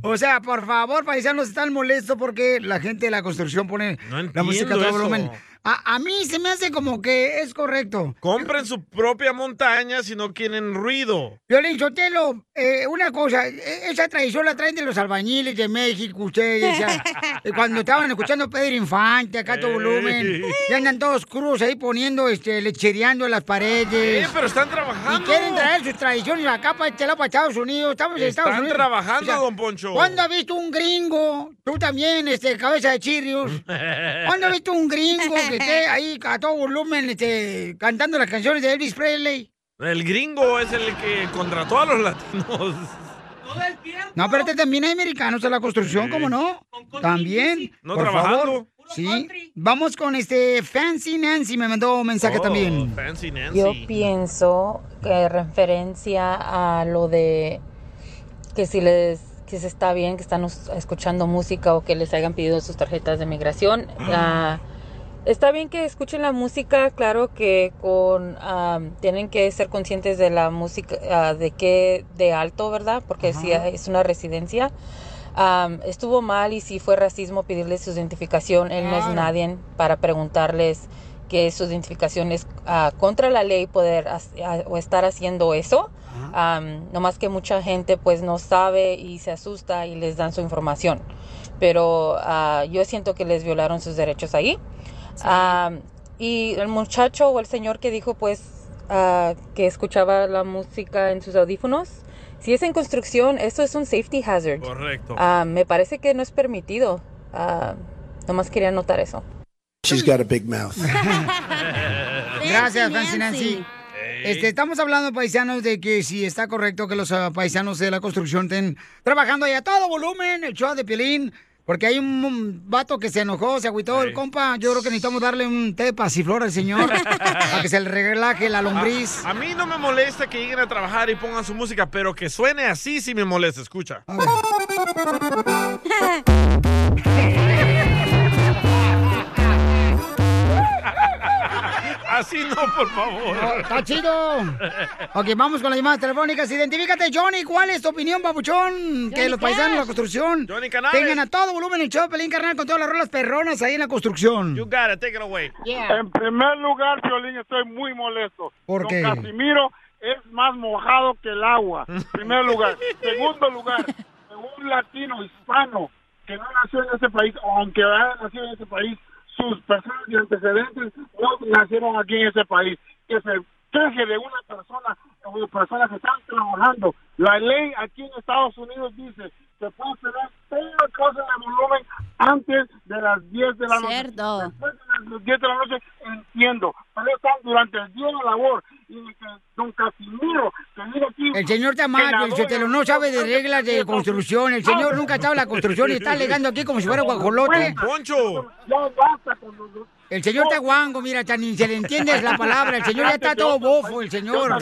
Speaker 2: O sea, por favor, paisanos, están molestos porque la gente de la construcción pone la
Speaker 4: entiendo
Speaker 2: música a todo
Speaker 4: eso.
Speaker 2: volumen. A, a mí se me hace como que es correcto.
Speaker 4: Compren su propia montaña si no quieren ruido.
Speaker 2: Violín Sotelo, eh, una cosa, e- esa tradición la traen de los albañiles de México, ustedes, ya, eh, cuando estaban escuchando Pedro Infante, acá a todo volumen, y andan todos crudos ahí poniendo, este, lechereando en las paredes.
Speaker 4: Eh, pero están trabajando.
Speaker 2: Y quieren traer sus tradiciones acá para este lado, para Estados Unidos. Estamos en
Speaker 4: Están
Speaker 2: Estados Unidos.
Speaker 4: trabajando, don Poncho.
Speaker 2: ¿Cuándo has visto un gringo? Tú también, este, cabeza de chirrios. ¿Cuándo has visto un gringo que esté ahí a todo volumen, este, cantando las canciones de Elvis Presley?
Speaker 4: El gringo es el que contrató a los latinos.
Speaker 2: No, espérate, también hay americanos en la construcción, ¿cómo no? También.
Speaker 4: No
Speaker 2: por
Speaker 4: trabajando.
Speaker 2: favor. Sí. Vamos con este Fancy Nancy, me mandó un mensaje
Speaker 4: Oh,
Speaker 2: también.
Speaker 4: Fancy
Speaker 22: Yo
Speaker 4: Nancy.
Speaker 22: pienso que referencia a lo de que si les que se está bien que están us- escuchando música o que les hayan pedido sus tarjetas de migración. ah, está bien que escuchen la música, claro que con am, tienen que ser conscientes de la música ah, de qué de alto, ¿verdad? Porque si
Speaker 23: Ajá.
Speaker 22: es una residencia. Am, estuvo mal y si fue racismo pedirles su identificación, él no es
Speaker 23: Claro.
Speaker 22: nadie para preguntarles que su identificación es ah, contra la ley poder as- ah, o estar haciendo eso. Am, no más que mucha gente pues no sabe y se asusta y les dan su información. Pero ah, yo siento que les violaron sus derechos ahí. Am, y el muchacho o el señor que dijo pues ah, que escuchaba la música en sus audífonos, si es en construcción, eso es un safety hazard.
Speaker 4: Correcto.
Speaker 22: Ah, me parece que no es permitido. Ah, nomás quería anotar eso.
Speaker 24: She's got a big mouth.
Speaker 2: Gracias, Fancy Nancy. Este, estamos hablando, paisanos, de que si está correcto que los ah, paisanos de la construcción estén trabajando ahí a todo volumen, el show de Piolín, porque hay un, un vato que se enojó, se agüitó el compa. Yo creo que necesitamos darle un té de pasiflor al señor para que se le relaje la lombriz.
Speaker 4: Ah, A, a mí no me molesta que lleguen a trabajar y pongan su música, pero que suene así sí me molesta, escucha. Así no, por favor.
Speaker 2: ¡Está chido! Ok, vamos con las llamadas telefónicas. Identifícate, Johnny. ¿Cuál es tu opinión, babuchón? que
Speaker 4: Johnny
Speaker 2: los paisanos de la
Speaker 4: Cash.
Speaker 2: construcción
Speaker 4: Johnny Canales.
Speaker 2: tengan a todo volumen el show de Piolín, carnal, con todas las rolas perronas ahí en la construcción.
Speaker 4: You got it, take it away.
Speaker 24: En primer lugar, Piolín, estoy muy molesto.
Speaker 2: ¿Por
Speaker 24: Don
Speaker 2: qué?
Speaker 24: Casimiro es más mojado que el agua. primer lugar. Segundo lugar, un latino hispano que no nació en este país, o aunque haya nacido en este país, sus personas y antecedentes no nacieron aquí en este país. Que se queje de una persona o de personas que están trabajando. La ley aquí en Estados Unidos dice que puede tener toda cosa de volumen antes de las 10 de la noche.
Speaker 10: Cierto.
Speaker 24: Después de las 10 de la noche entiendo, pero están durante el día de la labor y que don Casimiro que vive aquí...
Speaker 2: El señor te
Speaker 24: que
Speaker 2: ama,
Speaker 24: la
Speaker 2: el Sotelo, no sabe de reglas de construcción. El señor nunca ha estado en la construcción y está alegando aquí como si fuera guajolote.
Speaker 4: ¡Poncho!
Speaker 2: El señor está guango, mira, tan ni se le entiende la palabra. El señor ya está todo bofo, el señor.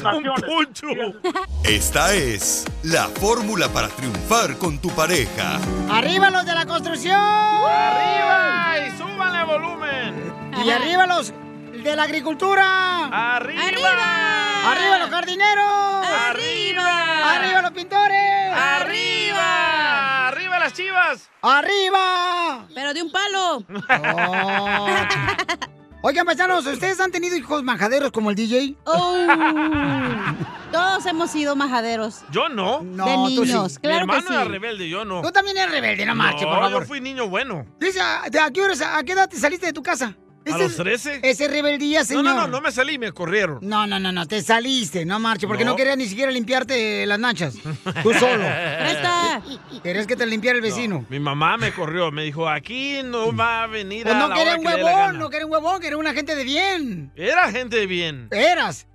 Speaker 5: Esta es la fórmula para triunfar con tu pareja.
Speaker 2: ¡Arriba los de la construcción!
Speaker 4: ¡Arriba! ¡Y súbanle volumen!
Speaker 2: ¡Y arriba los de la agricultura!
Speaker 4: ¡Arriba!
Speaker 2: ¡Arriba los jardineros!
Speaker 4: ¡Arriba!
Speaker 2: ¡Arriba los pintores!
Speaker 4: ¡Arriba! ¡Arriba las chivas!
Speaker 2: ¡Arriba! Oh.
Speaker 3: Pero de un palo.
Speaker 2: Oigan, paisanos, ¿ustedes han tenido hijos majaderos como el DJ?
Speaker 3: Todos hemos sido majaderos.
Speaker 4: Oh. Yo no.
Speaker 3: No, De tú sí. niños, claro
Speaker 4: Mi
Speaker 3: que
Speaker 4: hermano
Speaker 3: sí.
Speaker 4: era rebelde, yo no.
Speaker 2: Tú también eres rebelde, no marches, por favor.
Speaker 4: yo fui niño bueno.
Speaker 2: Dice, ¿a, a qué horas- a qué edad te saliste de tu casa?
Speaker 4: ¿A los 13?
Speaker 2: Ese es rebeldía, señor.
Speaker 4: No, no, no, no me salí, me corrieron.
Speaker 2: No, no, no, no, te saliste, no marches, porque no,
Speaker 4: No.
Speaker 2: querías ni siquiera limpiarte las nachas. Tú solo.
Speaker 4: Presta.
Speaker 2: Querías que te limpiara el vecino.
Speaker 4: Mi mamá me corrió, me dijo, aquí no va a venir
Speaker 2: Pues
Speaker 4: a
Speaker 2: no
Speaker 4: la
Speaker 2: quería
Speaker 4: hora
Speaker 2: un
Speaker 4: que le dé la
Speaker 2: huevón,
Speaker 4: gana".
Speaker 2: no quería un huevón, quería una gente de bien.
Speaker 4: Era gente de bien.
Speaker 2: Eras.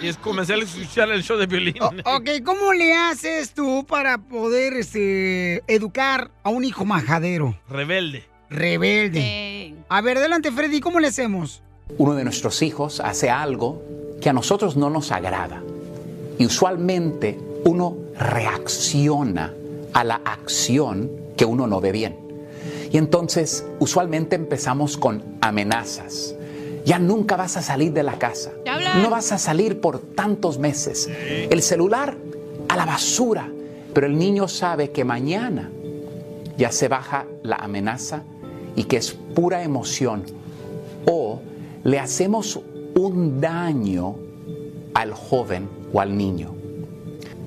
Speaker 4: y es, comencé a escuchar el show de violín.
Speaker 2: Ok, ¿cómo le haces tú para poder este, educar a un hijo majadero,
Speaker 4: Rebelde.
Speaker 2: rebelde? A ver, adelante, Freddy, ¿cómo le hacemos?
Speaker 25: uno de nuestros hijos hace algo que a nosotros no nos agrada. Y usualmente uno reacciona a la acción que uno no ve bien. Y entonces usualmente empezamos con amenazas. Ya nunca vas a salir de la casa. No vas a salir por tantos meses. El celular a la basura. Pero el niño sabe que mañana ya se baja la amenaza y que es pura emoción. O le hacemos un daño al joven o al niño.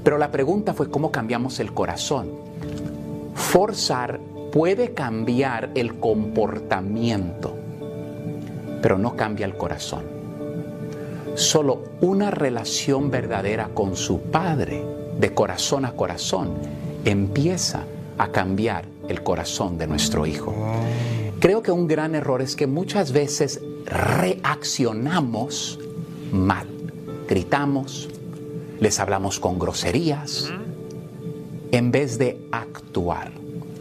Speaker 25: Pero la pregunta fue cómo cambiamos el corazón. Forzar puede cambiar el comportamiento, pero no cambia el corazón. Solo una relación verdadera con su padre, de corazón a corazón, empieza a cambiar el corazón de nuestro hijo. Creo que un gran error es que muchas veces reaccionamos mal. Gritamos, les hablamos con groserías, en vez de actuar.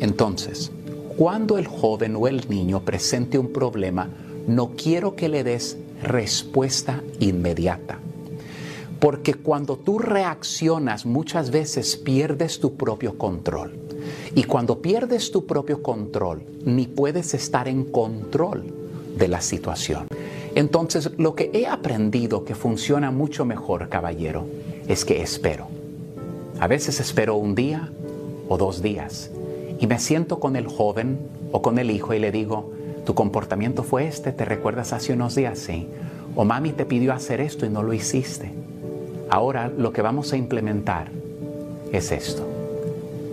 Speaker 25: Entonces, cuando el joven o el niño presente un problema, no quiero que le des respuesta inmediata. Porque cuando tú reaccionas muchas veces pierdes tu propio control. Y cuando pierdes tu propio control, ni puedes estar en control de la situación. Entonces, lo que he aprendido que funciona mucho mejor, caballero, es que espero. A veces espero un día o dos días y me siento con el joven o con el hijo y le digo, tu comportamiento fue este, ¿te recuerdas hace unos días? Sí. O mami te pidió hacer esto y no lo hiciste. Ahora lo que vamos a implementar es esto.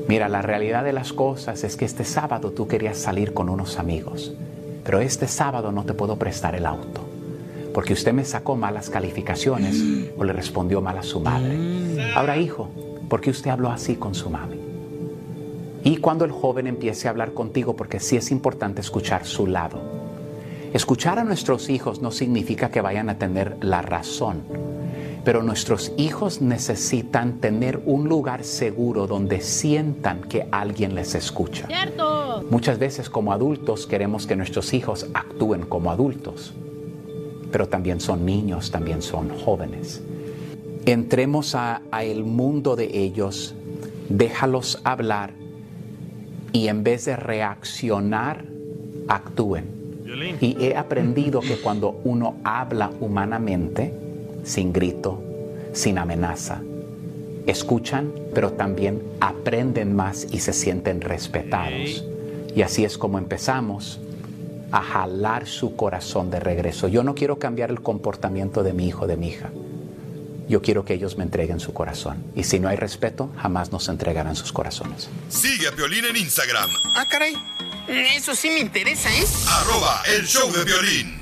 Speaker 25: Mira, la realidad de las cosas es que este sábado tú querías salir con unos amigos, pero este sábado no te puedo prestar el auto, porque usted me sacó malas calificaciones o le respondió mal a su madre. Ahora, hijo, ¿por qué usted habló así con su mami? Y cuando el joven empiece a hablar contigo, porque sí es importante escuchar su lado. Escuchar a nuestros hijos no significa que vayan a tener la razón, pero nuestros hijos necesitan tener un lugar seguro donde sientan que alguien les escucha.
Speaker 3: Cierto.
Speaker 25: Muchas veces como adultos queremos que nuestros hijos actúen como adultos, pero también son niños, también son jóvenes. Entremos a, a el mundo de ellos, déjalos hablar y en vez de reaccionar, actúen.
Speaker 4: Violín.
Speaker 25: Y he aprendido que cuando uno habla humanamente, sin grito, sin amenaza, escuchan, pero también aprenden más y se sienten respetados. Y así es como empezamos a jalar su corazón de regreso. Yo no quiero cambiar el comportamiento de mi hijo, de mi hija. Yo quiero que ellos me entreguen su corazón. Y si no hay respeto, jamás nos entregarán sus corazones.
Speaker 5: Sigue a Piolín en Instagram,
Speaker 6: Ah, caray. Eso sí me interesa, ¿eh?
Speaker 5: arroba el show de violín.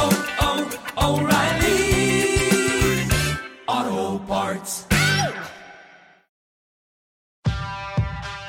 Speaker 12: O'Reilly Auto Parts.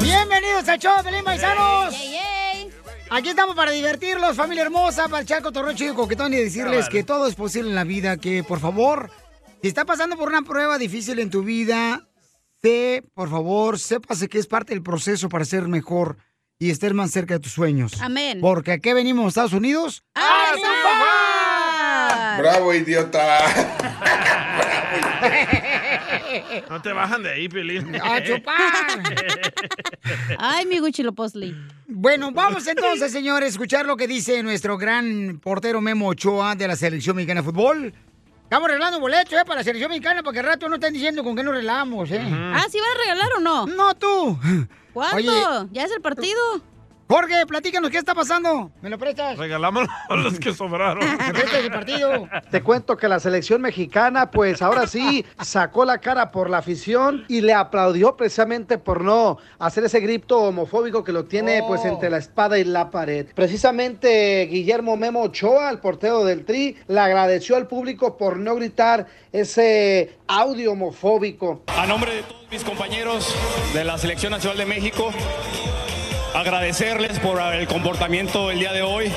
Speaker 2: Bienvenidos al show, Pelín Paisanos. Aquí estamos para divertirlos, familia hermosa, para echar cotorreo chido coquetón y decirles que todo es posible en la vida, que por favor, si está pasando por una prueba difícil en tu vida, sé, por favor, sépase que es parte del proceso para ser mejor y estar más cerca de tus sueños.
Speaker 3: Amén.
Speaker 2: Porque aquí venimos, Estados Unidos.
Speaker 3: ¡A triunfar!
Speaker 14: Bravo, idiota.
Speaker 4: No te bajan de ahí, Pelín.
Speaker 2: ¡A chupar!
Speaker 3: Ay, mi Huichilopostli.
Speaker 2: Bueno, vamos entonces, señores, a escuchar lo que dice nuestro gran portero Memo Ochoa de la Selección Mexicana de Fútbol. Estamos regalando boletos, ¿eh? Para la Selección Mexicana, porque al rato no están diciendo con qué nos regalamos, ¿eh?
Speaker 3: Ah, ¿sí van a regalar o no?
Speaker 2: No, tú.
Speaker 3: ¿Cuándo?
Speaker 2: Oye.
Speaker 3: ya es el partido.
Speaker 2: Jorge, platícanos, ¿qué está pasando? ¿Me lo prestas?
Speaker 4: Regalamos los que sobraron.
Speaker 2: Este es el partido.
Speaker 7: Te cuento que la selección mexicana, pues ahora sí, sacó la cara por la afición y le aplaudió precisamente por no hacer ese grito homofóbico que lo tiene pues entre la espada y la pared. Precisamente Guillermo Memo Ochoa, el portero del Tri, le agradeció al público por no gritar ese audio homofóbico.
Speaker 26: A nombre de todos mis compañeros de la Selección Nacional de México, agradecerles por el comportamiento el día de hoy.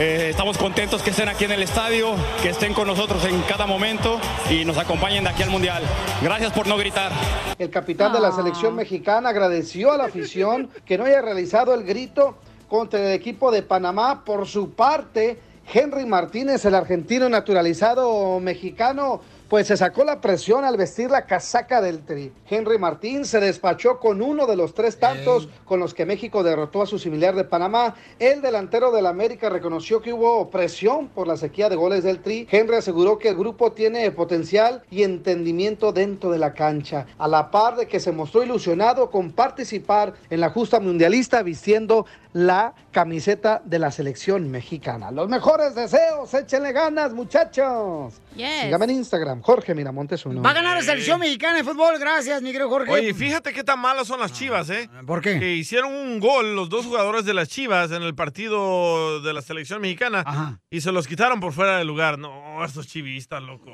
Speaker 26: Eh, estamos contentos que estén aquí en el estadio, que estén con nosotros en cada momento y nos acompañen de aquí al Mundial. Gracias por no gritar.
Speaker 7: El capitán de la selección mexicana agradeció a la afición que no haya realizado el grito contra el equipo de Panamá. Por su parte, Henry Martínez, el argentino naturalizado mexicano, pues se sacó la presión al vestir la casaca del Tri. Henry Martín se despachó con uno de los tres tantos con los que México derrotó a su similar de Panamá. El delantero del América reconoció que hubo presión por la sequía de goles del Tri. Henry aseguró que el grupo tiene potencial y entendimiento dentro de la cancha, a la par de que se mostró ilusionado con participar en la justa mundialista vistiendo la camiseta de la selección mexicana. Los mejores deseos, échenle ganas, muchachos.
Speaker 2: Yes.
Speaker 7: Sígame en Instagram, Jorge Miramontes uno.
Speaker 2: Va a ganar la selección mexicana de fútbol, gracias, mi querido Jorge.
Speaker 4: Oye, fíjate qué tan malas son las Chivas, ¿eh?
Speaker 2: Ah, ¿Por qué?
Speaker 4: Que hicieron un gol los dos jugadores de las Chivas en el partido de la selección mexicana y se los quitaron por fuera del lugar. No, estos chivistas, loco.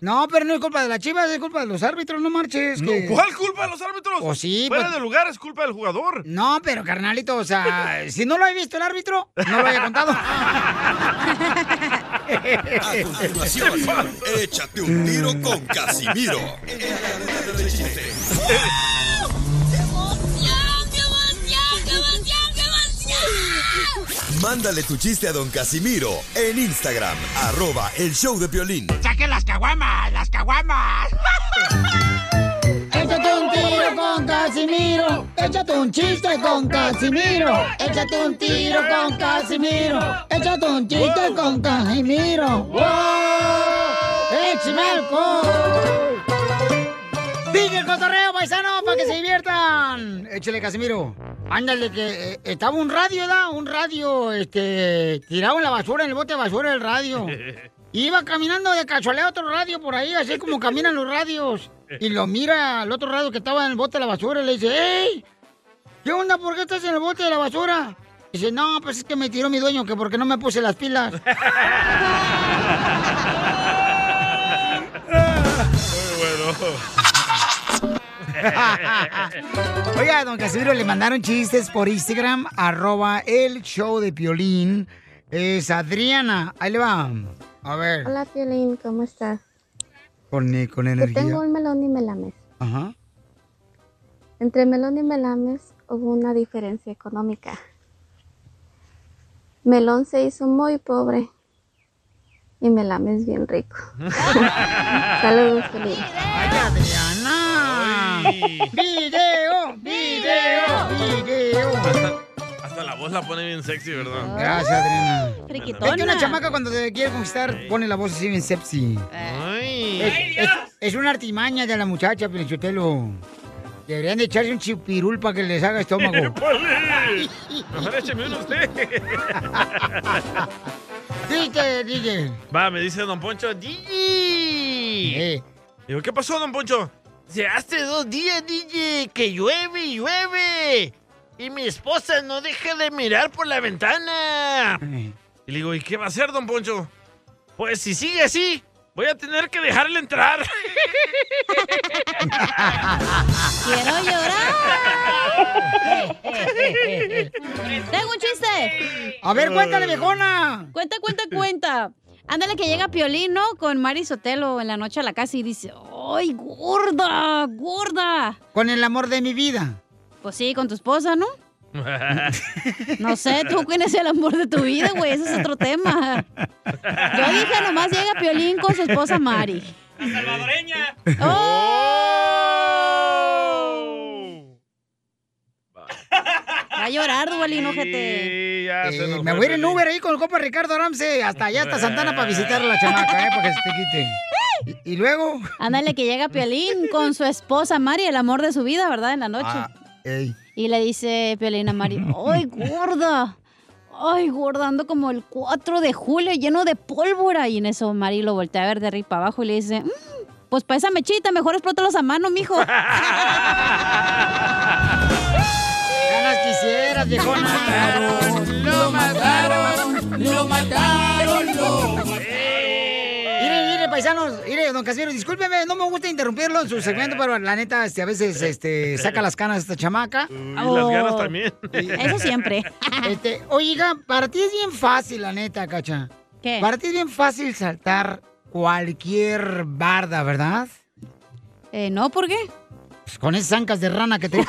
Speaker 2: No, pero no es culpa de la Chivas, es culpa de los árbitros, no marches. que-
Speaker 4: No, ¿Cuál culpa de los árbitros?
Speaker 2: Pues sí,
Speaker 4: Fuera
Speaker 2: pues-
Speaker 4: de lugar es culpa del jugador.
Speaker 2: No, pero carnalito, o sea, si no lo he visto el árbitro, no lo había contado.
Speaker 5: A continuación, échate un tiro con Casimiro. Mándale tu chiste a don Casimiro en Instagram, arroba el show de violín.
Speaker 12: ¡Saquen las caguamas! ¡Las caguamas!
Speaker 10: Échate un tiro con Casimiro. Échate un chiste con Casimiro. Échate un tiro con Casimiro. Échate un chiste con Casimiro. ¡Wow! ¡Échame alcohol!
Speaker 2: ¡Sigue el cotorreo, paisano, para que se diviertan! Échale, Casimiro. Ándale, que eh, estaba un radio, ¿da? Un radio, este, tirado en la basura, en el bote de basura del radio. Iba caminando de casualidad a otro radio por ahí, así como caminan los radios. Y lo mira al otro radio que estaba en el bote de la basura y le dice, ¡Ey! ¿Qué onda? ¿Por qué estás en el bote de la basura? Dice, no, pues es que me tiró mi dueño, que porque no me puse las pilas. Oiga, don Casimiro, le mandaron chistes por Instagram, arroba el show de Piolín. Es Adriana, ahí le va. A ver.
Speaker 14: Hola, Piolín, ¿cómo estás?
Speaker 2: Con, eh, con
Speaker 14: Te
Speaker 2: energía.
Speaker 14: tengo un melón y melames.
Speaker 2: Ajá.
Speaker 14: Entre melón y melames hubo una diferencia económica. Melón se hizo muy pobre y melames bien rico. Saludos, Piolín.
Speaker 2: ¡Video! ¡Video! ¡Video!
Speaker 4: Hasta, hasta la voz la pone bien sexy, ¿verdad?
Speaker 2: Gracias, Adriana.
Speaker 4: Friquitona.
Speaker 2: Es que una chamaca cuando te quiere conquistar pone la voz así bien sepsi. Es, es- es una artimaña de la muchacha, Pelichotelo. Deberían de echarse un chipirul para que les haga estómago.
Speaker 4: ¡Épale! Mejor écheme uno usted.
Speaker 2: DJ, DJ.
Speaker 4: Va, me dice Don Poncho, DJ. Digo, ¿qué pasó, Don Poncho?
Speaker 15: Se hace dos días, DJ, que llueve y llueve. Y mi esposa no deja de mirar por la ventana.
Speaker 4: Y le digo, ¿y qué va a hacer, Don Poncho? Pues si sigue así, voy a tener que dejarle entrar.
Speaker 3: Quiero llorar. Tengo un chiste.
Speaker 2: Eh, A ver, cuéntale, viejona.
Speaker 3: Cuenta, cuenta, cuenta. Ándale que llega Piolín, ¿no? Con Mari Sotelo en la noche a la casa y dice, ¡ay, gorda, gorda!
Speaker 2: Con el amor de mi vida.
Speaker 3: Pues sí, con tu esposa, ¿no? No sé, tú quién es el amor de tu vida, güey, ese es otro tema. Yo dije, nomás llega Piolín con su esposa Mari.
Speaker 12: salvadoreña.
Speaker 3: ¡Oh! Va a llorar, Duvalín,
Speaker 4: ojete.
Speaker 2: Eh, me voy a ir en Uber ahí con el compa Ricardo Ramsey hasta allá, hasta Santana, para visitar a la chamaca, ¿eh? Para que se te quite. Y, y luego...
Speaker 3: Ándale que llega Piolín con su esposa Mari, el amor de su vida, ¿verdad? En la noche.
Speaker 2: Ah, ey.
Speaker 3: Y le dice Piolín a Mari, ¡ay, gorda! ¡Ay, gorda! Ando como el 4 de julio lleno de pólvora. Y en eso Mari lo voltea a ver de arriba para abajo y le dice, "Mm, pues para esa mechita, mejor explótalos a mano, mijo.
Speaker 2: Ganas quisieras, viejona.
Speaker 12: Lo mataron, lo mataron, lo
Speaker 2: Mire, mire, paisanos, mire, don Casimiro, discúlpeme, no me gusta interrumpirlo en su segmento, pero la neta, este, a veces este, saca las canas esta chamaca.
Speaker 4: Y las ganas también.
Speaker 3: Oh. Eso siempre.
Speaker 2: Este, oiga, para ti es bien fácil, la neta, Cacha.
Speaker 3: ¿Qué?
Speaker 2: Para ti es bien fácil saltar cualquier barda, ¿verdad?
Speaker 3: Eh, no, ¿por qué?
Speaker 2: Pues con esas ancas de rana que te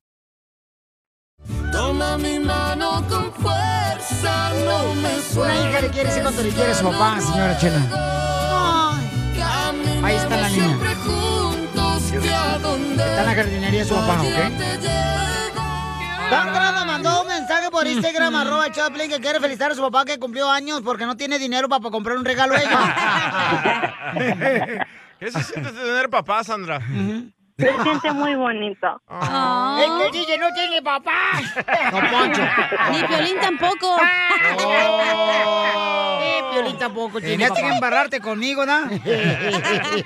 Speaker 12: Toma mi mano con fuerza, no me
Speaker 2: Una hija le quiere decir cuánto le quiere a su papá, señora Chela.
Speaker 12: Ahí está la niña. Está
Speaker 2: en la jardinería su papá, ¿ok? Sandra nos Ah, mandó un mensaje por Instagram, arroba el Chaplin, que quiere felicitar a su papá que cumplió años porque no tiene dinero para comprar un regalo ella.
Speaker 4: ¿Qué se siente tener papá, Sandra? Ah.
Speaker 14: Se siente muy bonito.
Speaker 2: Es que el DJ no tiene papá.
Speaker 3: Ni Piolín tampoco.
Speaker 10: Oh.
Speaker 2: Eh, Piolín tampoco
Speaker 3: tiene
Speaker 2: Tenías que
Speaker 3: papá.
Speaker 2: embarrarte conmigo, ¿no?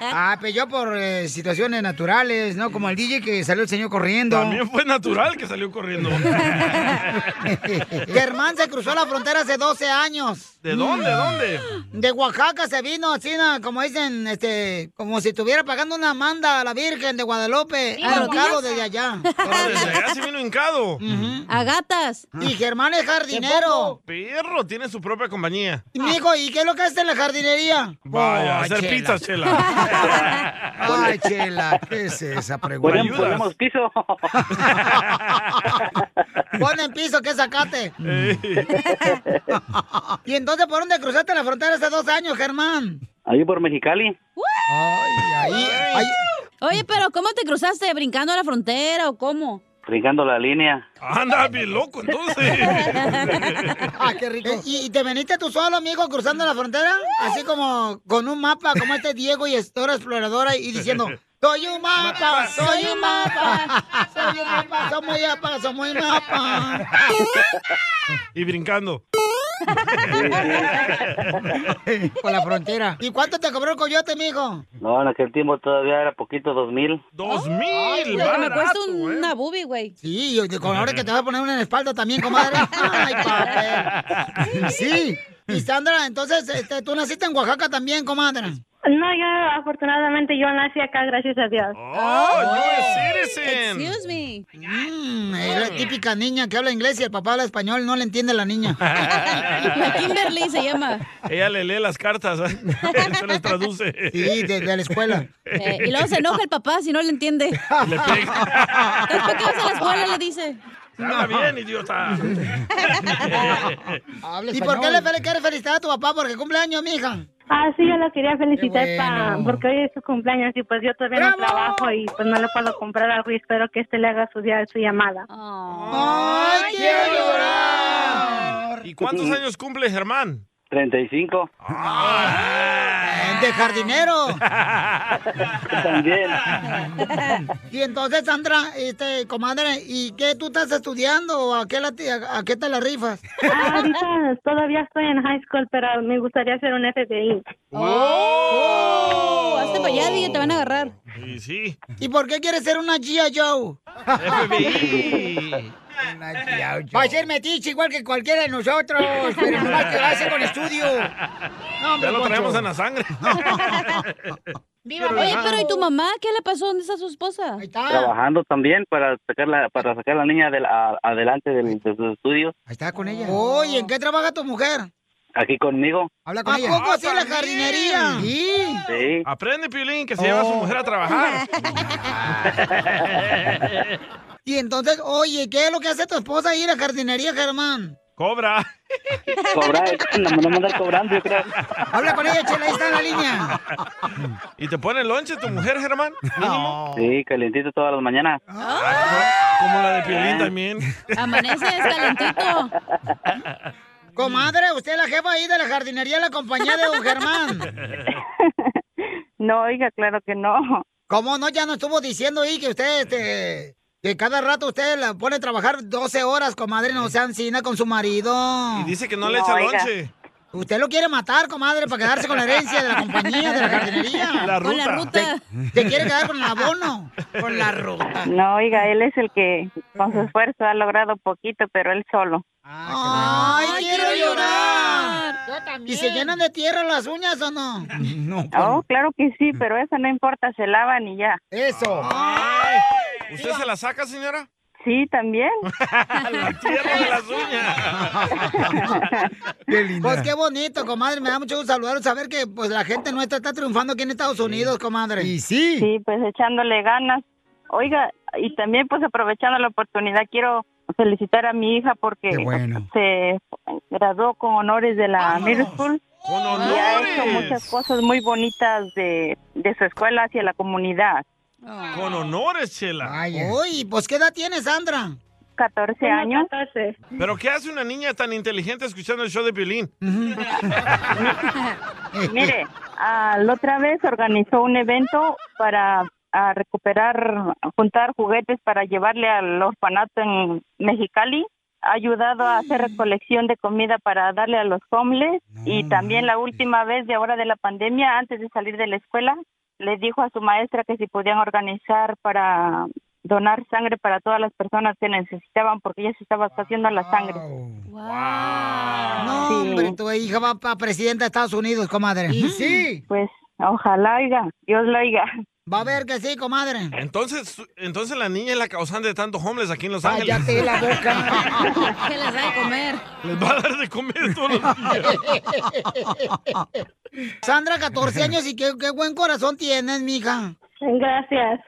Speaker 2: ah, pero yo por eh, situaciones naturales, ¿no? Como el DJ que salió el señor corriendo.
Speaker 4: También fue natural que salió corriendo.
Speaker 2: Germán se cruzó la frontera hace 12 años.
Speaker 4: ¿De dónde?
Speaker 2: Mm.
Speaker 4: ¿Dónde?
Speaker 2: De Oaxaca se vino así, na, como dicen, este, como si estuviera pagando una manda a la Virgen de Guadalupe, arrancado desde allá.
Speaker 4: Ah, Desde allá se vino hincado.
Speaker 3: A gatas.
Speaker 2: Y Germán es jardinero.
Speaker 4: Perro, tiene su propia compañía.
Speaker 2: Mijo, ¿y qué es lo que hace en la jardinería?
Speaker 4: Vaya,
Speaker 2: Oh,
Speaker 4: hacer
Speaker 2: chela.
Speaker 4: pizzas, chela.
Speaker 2: Ay, chela, ¿qué es esa pregunta?
Speaker 4: Ponemos- ponemos
Speaker 2: piso. Ponen piso, que sacate.
Speaker 4: Eh,
Speaker 2: y entonces, ¿por dónde cruzaste la frontera hace dos años, Germán?
Speaker 27: Ahí por Mexicali.
Speaker 3: Oye, pero ¿cómo te cruzaste? ¿Brincando a la frontera o cómo?
Speaker 27: Brincando la línea.
Speaker 4: Anda, bien loco, entonces.
Speaker 2: Ah, qué rico. ¿Y, y te veniste tú solo, amigo, cruzando la frontera? Así como con un mapa, como este Diego y Estora Exploradora, y diciendo, Soy un mapa, soy un mapa, soy un mapa, somos yapa, somos mapa.
Speaker 4: Y brincando.
Speaker 2: Por la frontera. ¿Y cuánto te cobró el coyote, mijo?
Speaker 27: No, en aquel tiempo todavía era poquito, dos mil.
Speaker 4: ¡Dos
Speaker 2: Ay,
Speaker 4: mil!
Speaker 2: lo que me
Speaker 4: barato,
Speaker 2: cuesta
Speaker 4: ¿eh?
Speaker 2: una
Speaker 3: bubi, güey.
Speaker 2: Sí, yo- de- con- ahora que te voy a poner una en la espalda también, comadre. Ay, papel. Sí. Y Sandra, entonces, este, tú naciste en Oaxaca también, comadre.
Speaker 23: No, yo afortunadamente yo nací acá, gracias a Dios.
Speaker 2: Excuse me. es la típica niña que habla inglés y el papá habla español, no le entiende la niña.
Speaker 4: La
Speaker 3: Kimberly se llama.
Speaker 4: Ella le lee las cartas, ¿eh? se las traduce.
Speaker 2: Sí, desde la escuela.
Speaker 3: Eh, y luego se enoja el papá si no le entiende. Le Los pecados a la escuela le dice.
Speaker 4: Habla bien, idiota.
Speaker 2: ¿Y por qué le fel- quieres felicitar a tu papá? Porque cumpleaños, mija.
Speaker 23: Ah, sí, yo lo quería felicitar pa- porque hoy es su cumpleaños y pues yo todavía no trabajo y pues no le puedo comprar algo y espero que este le haga su día, su llamada.
Speaker 3: Ah.
Speaker 2: ¡Ay, quiero llorar!
Speaker 4: ¿Y cuántos años cumple Germán?
Speaker 27: 35.
Speaker 2: De jardinero.
Speaker 27: También.
Speaker 2: Y entonces, Sandra, este, comadre, ¿y qué tú estás estudiando o a qué, la ti- a, a qué te la rifas?
Speaker 23: Ah, ahorita todavía estoy en high school, pero me gustaría ser un FBI.
Speaker 3: Oh, hazte para allá, DJ, te van a agarrar.
Speaker 4: Sí, sí.
Speaker 2: ¿Y por qué quieres ser una Gia Joe?
Speaker 4: FBI.
Speaker 2: Va a ser metiche igual que cualquiera de nosotros, pero nomás que va a ser con estudio. No, hombre,
Speaker 4: Ya lo
Speaker 2: Poncho.
Speaker 4: traemos en la sangre.
Speaker 2: Viva
Speaker 3: Oye,
Speaker 2: México.
Speaker 3: pero ¿y tu mamá? ¿Qué le pasó? ¿Dónde está su esposa? Ahí
Speaker 2: está.
Speaker 27: Trabajando también para sacar la, para sacar a la niña del- a- adelante del- de sus estudios.
Speaker 2: Está con ella. Oye, ¿en qué trabaja tu mujer?
Speaker 27: Aquí conmigo.
Speaker 2: Habla con ella. ¿A poco sí la jardinería? Sí.
Speaker 27: Sí.
Speaker 4: Aprende, Piolín, que se lleva a su mujer a
Speaker 2: Ah,
Speaker 4: trabajar.
Speaker 2: Y entonces, oye, ¿qué es lo que hace tu esposa ahí en la jardinería, Germán?
Speaker 4: Cobra.
Speaker 27: Cobrar, eh, no me van a andar cobrando, yo creo.
Speaker 2: Habla con ella, chela, ahí está en la línea.
Speaker 4: ¿Y te pone lonche tu mujer, Germán? Mínimo.
Speaker 27: Sí, calientito todas las mañanas.
Speaker 2: Ah.
Speaker 4: Como la de Piolín también.
Speaker 2: Amanece calentito. Comadre, usted es la jefa ahí de la jardinería de la compañía de don Germán.
Speaker 23: No, oiga, claro que no.
Speaker 2: ¿Cómo no? Ya nos estuvo diciendo ahí que usted, este, que cada rato usted la pone a trabajar 12 horas, comadre, no sea ansina con su marido.
Speaker 4: Y dice que no le No, echa oiga. lonche.
Speaker 2: Usted lo quiere matar, comadre, para quedarse con la herencia de la compañía, de la jardinería.
Speaker 4: La Con la
Speaker 2: ruta. Te, te quiere quedar con el abono, con la ruta.
Speaker 23: No, oiga, él es el que con su esfuerzo ha logrado poquito, pero él solo.
Speaker 2: ¡Ay, quiero llorar! ¿Y se llenan de tierra las uñas o no?
Speaker 23: Oh, claro que sí, pero eso no importa, se lavan y ya.
Speaker 2: Eso.
Speaker 4: ¿Usted se la saca, señora?
Speaker 23: Sí, también.
Speaker 4: Tierra de las uñas.
Speaker 2: Pues qué bonito, comadre. Me da mucho gusto saludaros, saber que pues la gente nuestra está triunfando aquí en Estados Unidos, comadre. Y sí.
Speaker 23: Sí, pues echándole ganas. Oiga, y también pues aprovechando la oportunidad, quiero felicitar a mi hija porque se graduó con honores de la middle school.
Speaker 4: Con
Speaker 23: Y ha hecho muchas cosas muy bonitas de, de su escuela hacia la comunidad.
Speaker 4: Con honores, Chela.
Speaker 2: Uy, pues ¿qué edad tiene Sandra?
Speaker 23: 14 años.
Speaker 4: ¿Pero qué hace una niña tan inteligente escuchando el show de Piolín?
Speaker 23: Mire, ah, la otra vez organizó un evento para ah, recuperar, juntar juguetes para llevarle al orfanato en Mexicali. Ha ayudado a hacer recolección de comida para darle a los homeless. y también la última vez de ahora de la pandemia, antes de salir de la escuela, le dijo a su maestra que si podían organizar para donar sangre para todas las personas que necesitaban porque ella se estaba haciendo la sangre.
Speaker 2: No, hombre, tu hija va para presidenta de Estados Unidos, comadre. Ah. Y sí.
Speaker 23: Pues ojalá oiga, Dios lo oiga.
Speaker 2: Va a ver que sí, comadre.
Speaker 4: Entonces, entonces la niña es la causante de tantos homeless aquí en Los Ángeles.
Speaker 2: Cállate la boca.
Speaker 3: ¿Qué les da de comer?
Speaker 4: Les va a dar de comer todos los días.
Speaker 2: Sandra, 14 años y qué, qué buen corazón tienes, mija.
Speaker 23: Gracias.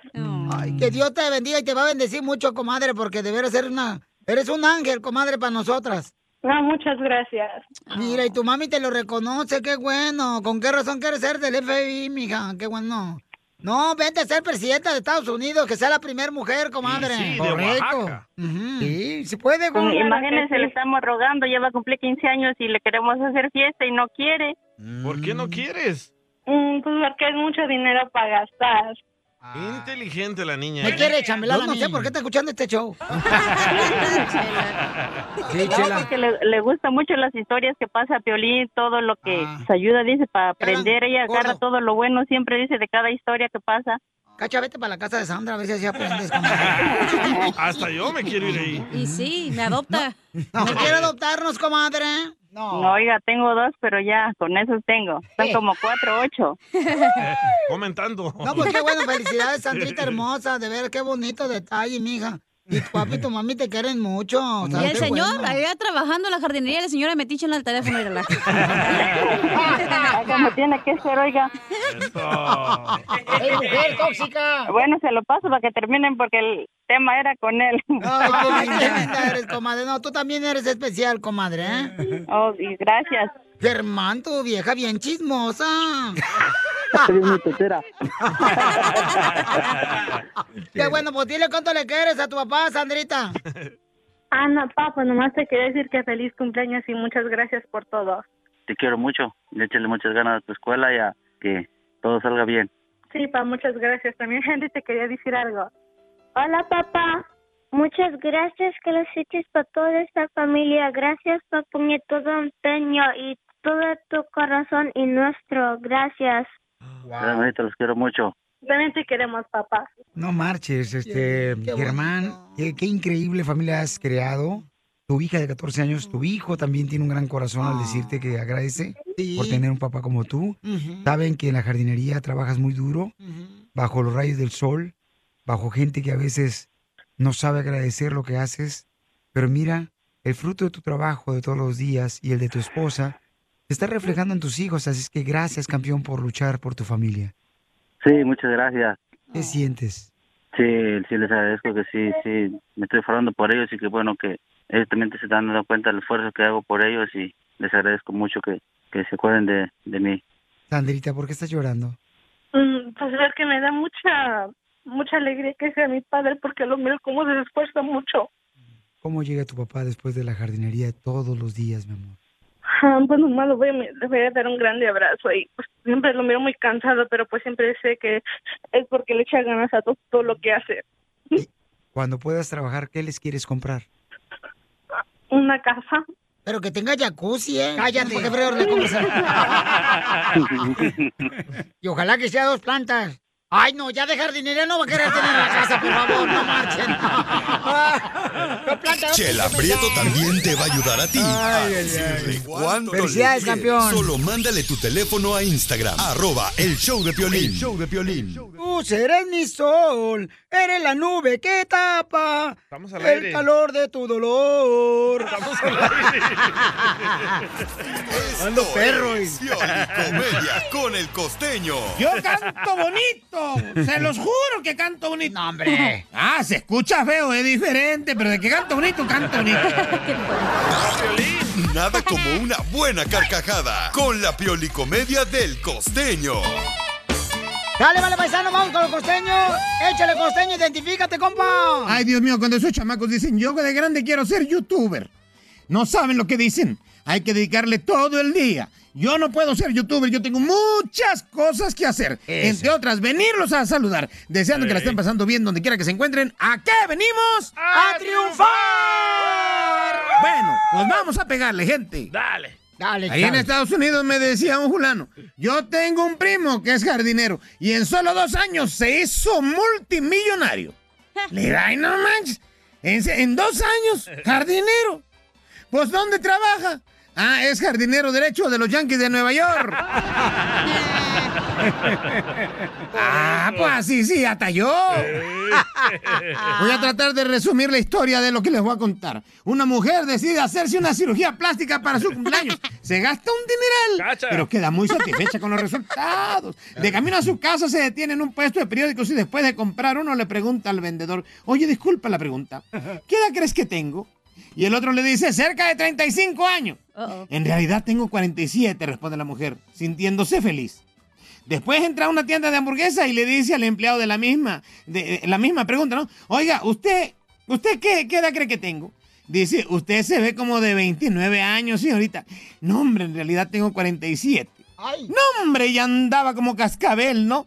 Speaker 2: Ay, que Dios te bendiga y te va a bendecir mucho, comadre, porque deberes ser una... Eres un ángel, comadre, para nosotras.
Speaker 23: No, muchas gracias.
Speaker 2: Mira, y tu mami te lo reconoce, qué bueno. ¿Con qué razón quieres ser del FBI, mija? Qué bueno. No, vente a ser presidenta de Estados Unidos, que sea la primera mujer, comadre.
Speaker 23: sí, de Oaxaca.
Speaker 2: Ujú. Sí, se puede,
Speaker 23: Con
Speaker 2: güey.
Speaker 23: imágenes
Speaker 10: ¿eh?
Speaker 23: le estamos rogando, ya va a cumplir 15 años y le queremos hacer fiesta y no quiere.
Speaker 4: ¿Por qué no quieres?
Speaker 23: Mm, Pues porque es mucho dinero para gastar.
Speaker 4: Inteligente la niña.
Speaker 2: Ah. Me
Speaker 4: ¿eh?
Speaker 2: quiere chambelán a mí.
Speaker 10: sé por qué está escuchando este show.
Speaker 2: Sí,
Speaker 23: No,
Speaker 2: Chela.
Speaker 23: porque le, le gustan mucho las historias que pasa a Piolín, todo lo que
Speaker 10: Ah.
Speaker 23: se ayuda, dice, para aprender. Ella agarra todo lo bueno, siempre dice, de cada historia que pasa.
Speaker 10: Cacha, vete para la casa de Sandra, a ver si así aprendes.
Speaker 4: Hasta yo me quiero ir ahí.
Speaker 10: Y sí, me adopta. ¿Me quiere adoptarnos, comadre?
Speaker 23: No. oiga, tengo dos, pero ya, con esos tengo. Son como cuatro, ocho.
Speaker 4: Comentando.
Speaker 10: No, pues qué bueno, felicidades, Sandrita hermosa, de ver qué bonito detalle, mija. Y tu papi y tu mami te quieren mucho. o sea,
Speaker 3: Y el
Speaker 10: qué
Speaker 3: señor,
Speaker 10: bueno.
Speaker 3: allá trabajando en la jardinería, la señora metiche en el teléfono, mírala.
Speaker 23: Como tiene que ser, oiga.
Speaker 10: ¡Ey, mujer tóxica!
Speaker 23: Bueno, se lo paso para que terminen porque el tema era con él.
Speaker 10: Ay, qué linda eres, comadre. No, tú también eres especial, comadre, ¿eh?
Speaker 23: Oh, gracias.
Speaker 10: Germán, tu vieja bien chismosa.
Speaker 12: Eres mi tetera.
Speaker 10: Qué bueno, pues dile cuánto le quieres a tu papá, Sandrita.
Speaker 1: Ah, no, papá, nomás te quería decir que feliz cumpleaños y muchas gracias por todo.
Speaker 27: Te quiero mucho. y Échale muchas ganas a tu escuela y a que todo salga bien.
Speaker 1: Sí, pa, muchas gracias. También Henry te quería decir algo.
Speaker 9: Hola papá, muchas gracias que los hiciste para toda esta familia. Gracias por poner todo empeño y todo tu corazón y nuestro. Gracias.
Speaker 27: Realmente Te los quiero mucho.
Speaker 1: También te queremos, papá.
Speaker 2: No marches, este, Germán, qué, qué increíble familia has creado. Tu hija de 14 años, tu hijo también tiene un gran corazón al decirte que agradece por tener un papá como tú.
Speaker 12: Ujú.
Speaker 2: Saben que en la jardinería trabajas muy duro, bajo los rayos del sol, bajo gente que a veces no sabe agradecer lo que haces. Pero mira, el fruto de tu trabajo de todos los días y el de tu esposa se está reflejando en tus hijos. Así es que gracias, campeón, por luchar por tu familia.
Speaker 27: Sí, muchas gracias.
Speaker 2: ¿Qué sientes?
Speaker 27: Sí, sí, les agradezco que sí, sí, me estoy formando por ellos y que bueno, que ellos también se están dando cuenta del esfuerzo que hago por ellos y les agradezco mucho que, que se acuerden de, de mí.
Speaker 2: Sandrita, ¿por qué estás llorando?
Speaker 1: Mm, Pues ver que me da mucha mucha alegría que sea mi padre porque lo miro como se esfuerza mucho.
Speaker 2: ¿Cómo llega tu papá después de la jardinería todos los días, mi amor?
Speaker 1: Ah, pues nomás lo voy a, le voy a dar un grande abrazo y pues, siempre lo miro muy cansado, pero pues siempre sé que es porque le echa ganas a to- todo lo que hace.
Speaker 2: Cuando puedas trabajar, ¿qué les quieres comprar?
Speaker 1: Una casa.
Speaker 10: Pero que tenga jacuzzi, ¿eh? Cállate, porque frero le compras Y ojalá que sea dos plantas. Ay, no, ya de jardinería no va a querer tener la casa, por favor, no marchen. No planta, no
Speaker 5: Chela Prieto también te va a ayudar a ti a
Speaker 10: Ay, ay, ay.
Speaker 5: decirle cuánto le
Speaker 10: Felicidades,
Speaker 5: quieres.
Speaker 10: campeón.
Speaker 5: Solo mándale tu teléfono a Instagram, arroba el show de Piolín.
Speaker 10: El
Speaker 5: show de
Speaker 10: Tú serás mi sol, eres la nube que tapa
Speaker 5: al
Speaker 10: el
Speaker 5: aire.
Speaker 10: calor de tu dolor. Estamos al
Speaker 5: Ando perro y comedia con el costeño.
Speaker 18: Yo canto bonito, se los juro que canto bonito. No,
Speaker 5: hombre.
Speaker 18: Ah, se escucha feo, es diferente, pero de que canto bonito, canto bonito.
Speaker 5: Nada como una buena carcajada con la piolicomedia del costeño.
Speaker 10: Dale, vale, paisano, vamos con los costeños. Échale costeño, identifícate, compa.
Speaker 18: Ay, Dios mío, cuando esos chamacos dicen, yo de grande quiero ser youtuber. No saben lo que dicen. Hay que dedicarle todo el día. Yo no puedo ser youtuber, yo tengo muchas cosas que hacer. Entre otras, venirlos a saludar. Deseando que la estén pasando bien donde quiera que se encuentren. ¿A qué venimos?
Speaker 10: ¡A triunfar!
Speaker 18: Bueno, pues vamos a pegarle, gente. Dale.
Speaker 10: Dale,
Speaker 18: Ahí en
Speaker 10: chale.
Speaker 18: Estados Unidos me decía un fulano, yo tengo un primo que es jardinero y en solo dos años se hizo multimillonario. Le da, "Ay, no manches, en, se- en dos años, jardinero. Pues ¿dónde trabaja? Ah, es jardinero derecho de los Yankees de Nueva York. Ah, pues así sí, hasta yo. Voy a tratar de resumir la historia de lo que les voy a contar. Una mujer decide hacerse una cirugía plástica para su cumpleaños. Se gasta un dineral, pero queda muy satisfecha con los resultados. De camino a su casa se detiene en un puesto de periódicos y después de comprar uno le pregunta al vendedor, oye, disculpa la pregunta, ¿qué edad crees que tengo? Y el otro le dice, cerca de 35 años. En realidad tengo 47, responde la mujer, sintiéndose feliz. Después entra a una tienda de hamburguesas y le dice al empleado de la misma, de, de la misma pregunta, ¿no? Oiga, ¿usted, usted qué, qué edad cree que tengo? Dice, usted se ve como de 29 años, señorita. No, hombre, en realidad tengo 47. No, hombre, ya andaba como cascabel, ¿no?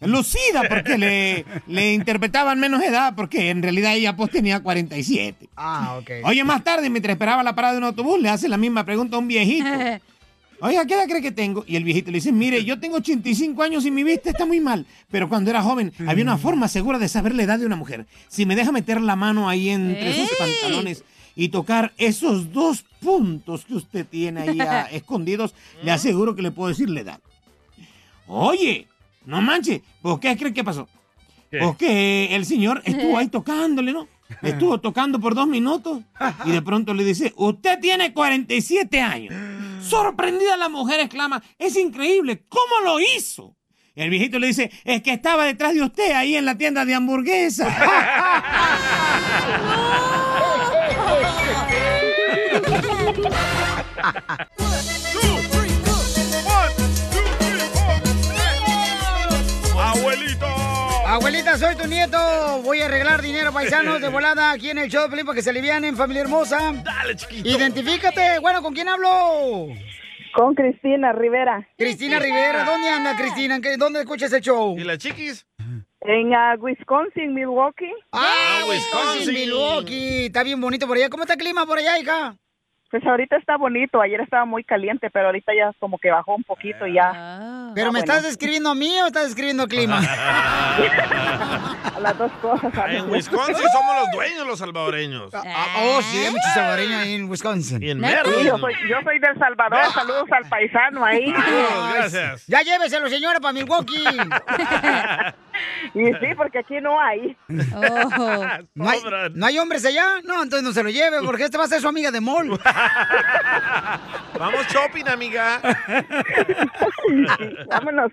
Speaker 18: lucida porque le, le interpretaban menos edad porque en realidad ella pues tenía 47.
Speaker 2: Ah, ok.
Speaker 18: Oye, más tarde, mientras esperaba la parada de un autobús, le hace la misma pregunta a un viejito. Oiga, ¿qué edad cree que tengo? Y el viejito le dice, mire, yo tengo 85 años y mi vista está muy mal. Pero cuando era joven, había una forma segura de saber la edad de una mujer. Si me deja meter la mano ahí entre sus pantalones y tocar esos dos puntos que usted tiene ahí ah, escondidos, le aseguro que le puedo decir la edad. Oye, no manches, ¿por qué cree que pasó? Porque el señor estuvo ahí tocándole, ¿no? Estuvo tocando por dos minutos y de pronto le dice, usted tiene 47 años. Mm. Sorprendida la mujer exclama, es increíble, ¿cómo lo hizo? El viejito le dice, es que estaba detrás de usted ahí en la tienda de hamburguesas.
Speaker 4: ¡Abuelito!
Speaker 2: Abuelita, soy tu nieto. Voy a arreglar dinero, paisanos, de volada aquí en el show de Pelín para que se alivianen, familia hermosa.
Speaker 4: Dale, chiquito.
Speaker 2: Identifícate. Bueno, ¿con quién hablo? Con Cristina Rivera. Cristina Rivera. ¿Dónde anda, Cristina? ¿En qué- ¿Dónde escuchas el show? ¿Y
Speaker 4: la chiquis?
Speaker 2: En ah, Wisconsin, Milwaukee. Ah,
Speaker 4: Ah,
Speaker 2: Wisconsin,
Speaker 4: Wisconsin.
Speaker 2: Milwaukee. Está bien bonito por allá. ¿Cómo está el clima por allá, hija?
Speaker 28: Pues ahorita está bonito, ayer estaba muy caliente, pero ahorita ya como que bajó un poquito y ya. Ah,
Speaker 2: ¿Pero me estás describiendo a mí o estás describiendo clima?
Speaker 28: las dos cosas.
Speaker 4: Ah, En Wisconsin somos los dueños los salvadoreños.
Speaker 2: oh, sí, hay muchos salvadoreños ahí en Wisconsin.
Speaker 4: Y en
Speaker 28: Ah. Sí, yo, soy, yo soy del Salvador, saludos al paisano ahí.
Speaker 2: Saludos,
Speaker 4: Ah, gracias.
Speaker 2: Ah, pues, Ya lléveselo, señora, para Milwaukee.
Speaker 28: y sí, porque aquí no hay.
Speaker 2: Oh. ¿No, hay, no hay hombres allá? No, entonces no se lo lleve, porque este va a ser su amiga de mall.
Speaker 4: Vamos shopping, amiga.
Speaker 2: Vámonos.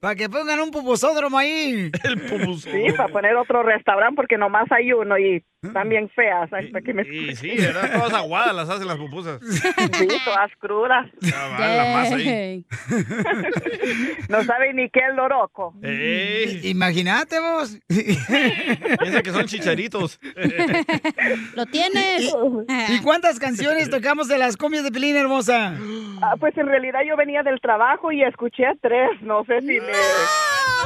Speaker 2: para que pongan un pupusódromo ahí.
Speaker 4: El
Speaker 28: Sí, para poner otro restaurante porque nomás hay uno y
Speaker 2: Mm.
Speaker 28: están bien feas. ay, para que me-
Speaker 4: Y sí, eran todas aguadas las hacen las pupusas.
Speaker 28: Sí, todas crudas.
Speaker 4: Cabal, la masa ahí.
Speaker 28: No saben ni qué es loroco.
Speaker 4: Ey,
Speaker 2: Imagínate vos.
Speaker 4: piensa que son chicharitos.
Speaker 2: Lo tienes. ¿Y, y cuántas canciones tocamos de las comias de Pelín Hermosa?
Speaker 28: Ah, pues en realidad yo venía del trabajo y escuché tres, no sé si me...
Speaker 2: ¡No,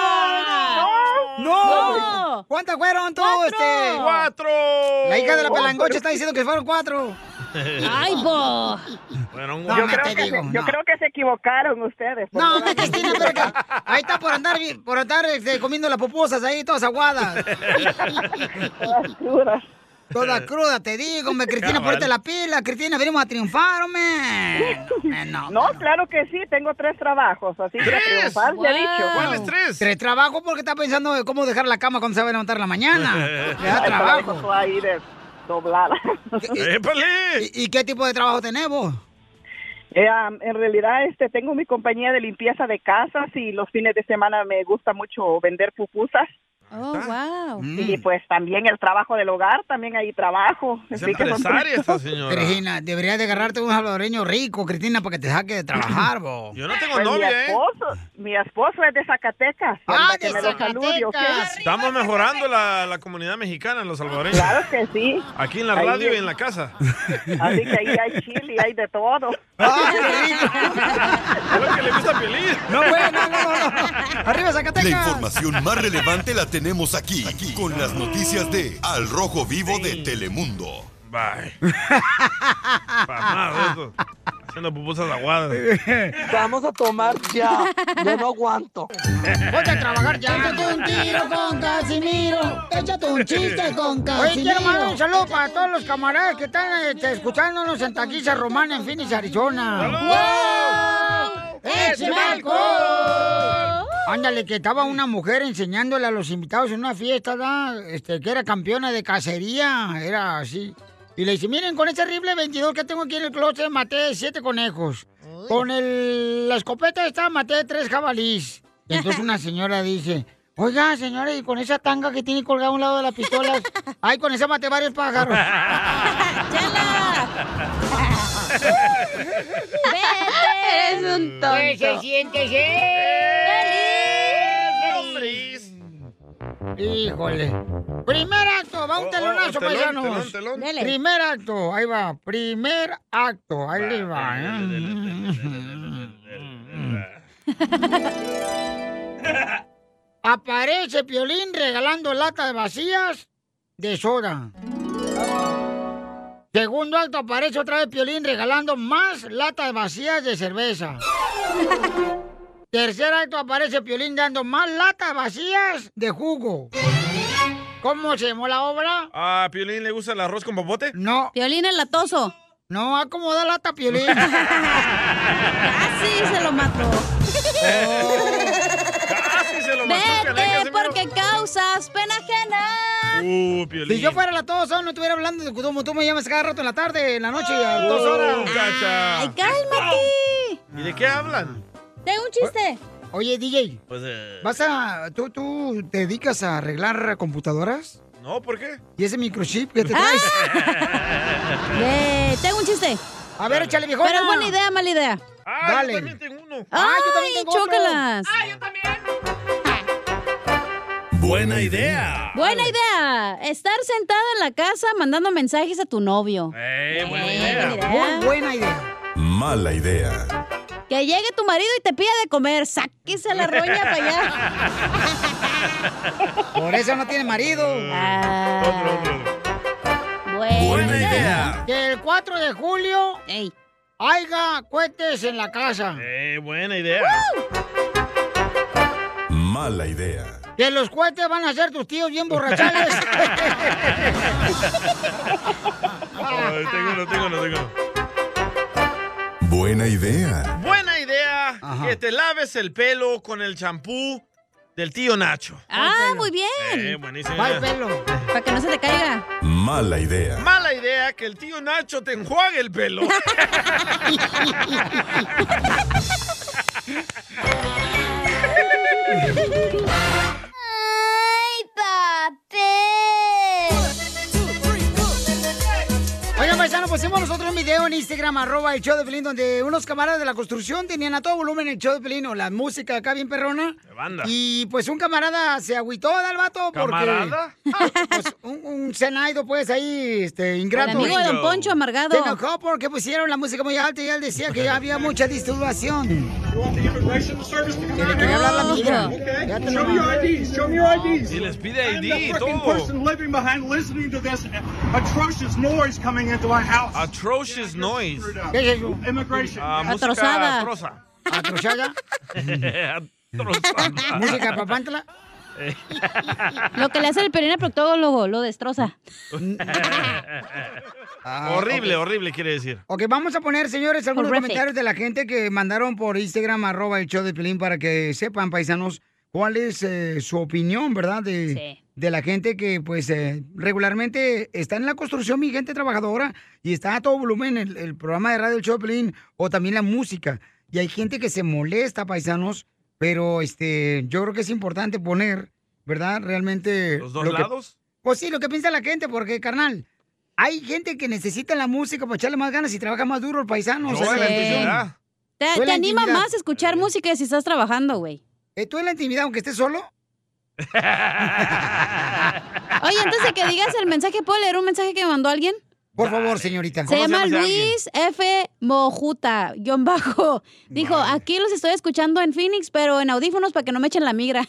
Speaker 2: señora! ¡No!
Speaker 28: No.
Speaker 2: ¿Cuántas fueron tú, este?
Speaker 4: ¡Cuatro!
Speaker 2: La hija de la palangocha está diciendo que fueron cuatro. ¡Ay, bo!
Speaker 4: Bueno, un
Speaker 2: No,
Speaker 4: guapo.
Speaker 2: me te digo, no.
Speaker 28: que se equivocaron ustedes.
Speaker 2: No, Cristina, pero que- ahí está por andar, por andar este, comiendo las pupusas ahí, todas aguadas. Todas crudas. Toda cruda, te digo, hombre, Cristina,
Speaker 28: Cabal.
Speaker 2: ponte la pila, Cristina, venimos a triunfar, hombre. No,
Speaker 28: claro que sí, tengo tres trabajos, así que a triunfar, ya he dicho.
Speaker 4: tres?
Speaker 2: Tres trabajos porque está pensando de cómo dejar la cama cuando se va a levantar en la mañana. Le da
Speaker 28: Ay,
Speaker 2: trabajo.
Speaker 28: trabajo ahí de doblada.
Speaker 2: ¿Y, y qué tipo de trabajo tenemos?
Speaker 28: Eh, um, en realidad, este, tengo mi compañía de limpieza de casas y los fines de semana me gusta mucho vender pupusas. Ah.
Speaker 29: Oh, wow.
Speaker 28: Y pues también el trabajo del hogar, también ahí trabajo. Así que son tres.
Speaker 4: señora.
Speaker 2: Cristina, deberías de agarrarte un salvadoreño rico, Cristina, para que te saque de trabajar, vos.
Speaker 4: Yo no tengo
Speaker 28: Pues mi
Speaker 4: novia, ¿eh?
Speaker 28: esposo, mi esposo es de Zacatecas.
Speaker 2: Ah,
Speaker 28: Anda, que
Speaker 2: de
Speaker 28: me lo salude, ¿ok?
Speaker 4: Estamos mejorando la, la comunidad mexicana, los salvadoreños.
Speaker 28: Claro que sí.
Speaker 4: Aquí en la
Speaker 28: Ahí
Speaker 4: radio y
Speaker 28: es.
Speaker 4: en la casa.
Speaker 28: Así que ahí hay chile, hay de todo.
Speaker 4: Es lo que le gusta a Piolín.
Speaker 2: No, bueno, no, no, no. Arriba,
Speaker 5: La
Speaker 2: Zacatecas.
Speaker 5: información más relevante la tenemos aquí, aquí, con las noticias de Al Rojo Vivo de Telemundo.
Speaker 4: Bye. Pasmado esto. Haciendo pupusas aguadas.
Speaker 6: Vamos a tomar ya. Yo no aguanto.
Speaker 30: Ponte a trabajar ya. Échate un tiro con Casimiro. Échate un chiste con Casimiro.
Speaker 2: Oye, quiero mandar un saludo para todos los camaradas que están este, escuchándonos en Taquiza Romana, en Phoenix, Arizona. ¡Wow!
Speaker 10: ¡Écheme alcohol!
Speaker 2: Ándale, que estaba una mujer enseñándole a los invitados en una fiesta, ¿da? Este, que era campeona de cacería, era así. Y le dice, miren, con este rifle 22 que tengo aquí en el closet maté siete conejos. Con el- la escopeta esta maté tres jabalís. Y entonces una señora dice, oiga, señora, y con esa tanga que tiene colgada a un lado de las pistolas, ay, con esa maté varios pájaros.
Speaker 10: ¡Eres un tonto!
Speaker 2: ¡Feliz! Híjole. Primer acto,
Speaker 4: Oh,
Speaker 2: va un telonazo,
Speaker 10: Oh, telón,
Speaker 2: paisanos.
Speaker 10: telón, telón. Dele.
Speaker 2: Primer acto, ahí va. ¿eh? Primer acto, ahí le va. Aparece Piolín regalando latas vacías de soda. Segundo acto aparece otra vez Piolín regalando más latas vacías de cerveza. Tercer acto aparece Piolín dando más latas vacías de jugo. ¿Cómo se llamó la obra?
Speaker 4: ¿A Ah, Piolín le gusta el arroz con popote?
Speaker 2: No.
Speaker 3: Piolín el latoso.
Speaker 2: No, acomoda lata, Piolín.
Speaker 3: Casi se lo mató.
Speaker 4: Casi Oh. Ah, se lo mató,
Speaker 3: Vete, porque causas pena ajena.
Speaker 4: Uh, Piolín.
Speaker 2: Si yo fuera la tos, no estuviera hablando de como tú me llamas cada rato en la tarde, en la noche,
Speaker 4: Oh,
Speaker 2: a dos horas.
Speaker 4: Cacha.
Speaker 3: Ay, cálmate.
Speaker 4: ¿Y de qué hablan?
Speaker 3: Tengo un chiste.
Speaker 2: Oye, DJ,
Speaker 4: Pues, eh,
Speaker 2: ¿vas a. ¿Tú, tú te dedicas a arreglar computadoras?
Speaker 4: No, ¿por qué?
Speaker 2: ¿Y ese microchip
Speaker 3: Ah.
Speaker 2: que te traes?
Speaker 3: Eh, tengo un chiste.
Speaker 2: A ver, échale, viejona.
Speaker 3: Pero es buena idea, mala idea.
Speaker 2: Dale.
Speaker 3: ¡Ay,
Speaker 2: Ah, yo también tengo otro.
Speaker 3: chócalas!
Speaker 12: Buena idea.
Speaker 3: Buena idea. Estar sentada en la casa mandando mensajes a tu novio.
Speaker 4: Eh, buena
Speaker 3: buena
Speaker 4: idea.
Speaker 3: idea.
Speaker 2: Buena idea.
Speaker 5: Mala idea.
Speaker 3: Que llegue tu marido y te pida de comer. Sáquese la roña para allá.
Speaker 2: Por eso no tiene marido.
Speaker 3: Ah. Buena,
Speaker 4: idea.
Speaker 2: Que el 4 de julio haya cohetes en la casa.
Speaker 4: Eh, buena idea.
Speaker 5: Mala idea.
Speaker 2: Que los cohetes van a ser tus tíos bien borrachales.
Speaker 4: Ay, tengo uno, tengo uno, tengo uno.
Speaker 5: Buena idea.
Speaker 4: Buena idea que te laves el pelo con el champú del tío Nacho.
Speaker 3: Ah, muy bien.
Speaker 4: Eh, buenísima
Speaker 3: Va el
Speaker 4: idea.
Speaker 3: Para que no se te caiga.
Speaker 5: Mala idea.
Speaker 4: Mala idea que el tío Nacho te enjuague el pelo.
Speaker 12: ¡Ay, papel!
Speaker 2: Oigan, paisano, pusimos nosotros un video en Instagram, arroba el show de Pelín, donde unos camaradas de la construcción tenían a todo volumen el show de Pelín o la música acá bien perrona.
Speaker 4: banda.
Speaker 2: Y pues un camarada se agüitó del vato porque...
Speaker 4: ¿Camarada?
Speaker 2: Ah, pues, un, un cenaido, pues, ahí, este, ingrato.
Speaker 3: El amigo de Don Poncho, amargado.
Speaker 2: Se enojó porque pusieron la música muy alta y él decía que ya había mucha disturbación. Que le quería hablar la amiga. Ya te
Speaker 8: Show me your
Speaker 2: nomás.
Speaker 8: IDs. Show me your IDs.
Speaker 4: Y les pide
Speaker 8: I'm the
Speaker 4: ID y
Speaker 8: freaking
Speaker 4: todo.
Speaker 8: person living behind listening to this atrocious noise coming into my house.
Speaker 4: Atrocious noise.
Speaker 2: ¿Qué es eso?
Speaker 8: Immigration.
Speaker 4: Ah, música
Speaker 8: Atrozada.
Speaker 4: atrosa.
Speaker 2: ¿Atrochada?
Speaker 4: Atrozada.
Speaker 2: ¿Música papántala?
Speaker 3: Lo que le hace el perina proctólogo, lo destroza.
Speaker 2: Ah,
Speaker 4: horrible,
Speaker 2: ok.
Speaker 4: horrible quiere decir.
Speaker 2: Ok, vamos a poner, señores, algunos
Speaker 3: Horrific.
Speaker 2: comentarios de la gente que mandaron por Instagram, arroba el show de Pelín, para que sepan, paisanos, cuál es eh, su opinión, ¿verdad? De, de la gente que, pues, eh, regularmente está en la construcción, mi gente trabajadora, y está a todo volumen el, el programa de radio El Show de Pelín, o también la música. Y hay gente que se molesta, paisanos, pero este, yo creo que es importante poner, ¿verdad? Realmente...
Speaker 4: ¿Los dos
Speaker 2: lo que-
Speaker 4: lados?
Speaker 2: pues sí, lo que piensa la gente, porque, carnal, hay gente que necesita la música para echarle más ganas y trabaja más duro el paisano. o sea,
Speaker 3: Sí. Te,
Speaker 2: Tú
Speaker 3: te
Speaker 2: en la
Speaker 3: anima
Speaker 2: intimidad.
Speaker 3: más a escuchar música si estás trabajando, güey.
Speaker 2: Eh, ¿Tú en la intimidad, aunque estés solo?
Speaker 3: Oye, antes de que digas el mensaje, ¿puedo leer un mensaje que me mandó alguien?
Speaker 2: Por favor, señorita.
Speaker 3: Se llama Luis F. Mojuta, guión bajo. Dijo, aquí los estoy escuchando en Phoenix, pero en audífonos para que no me echen la migra.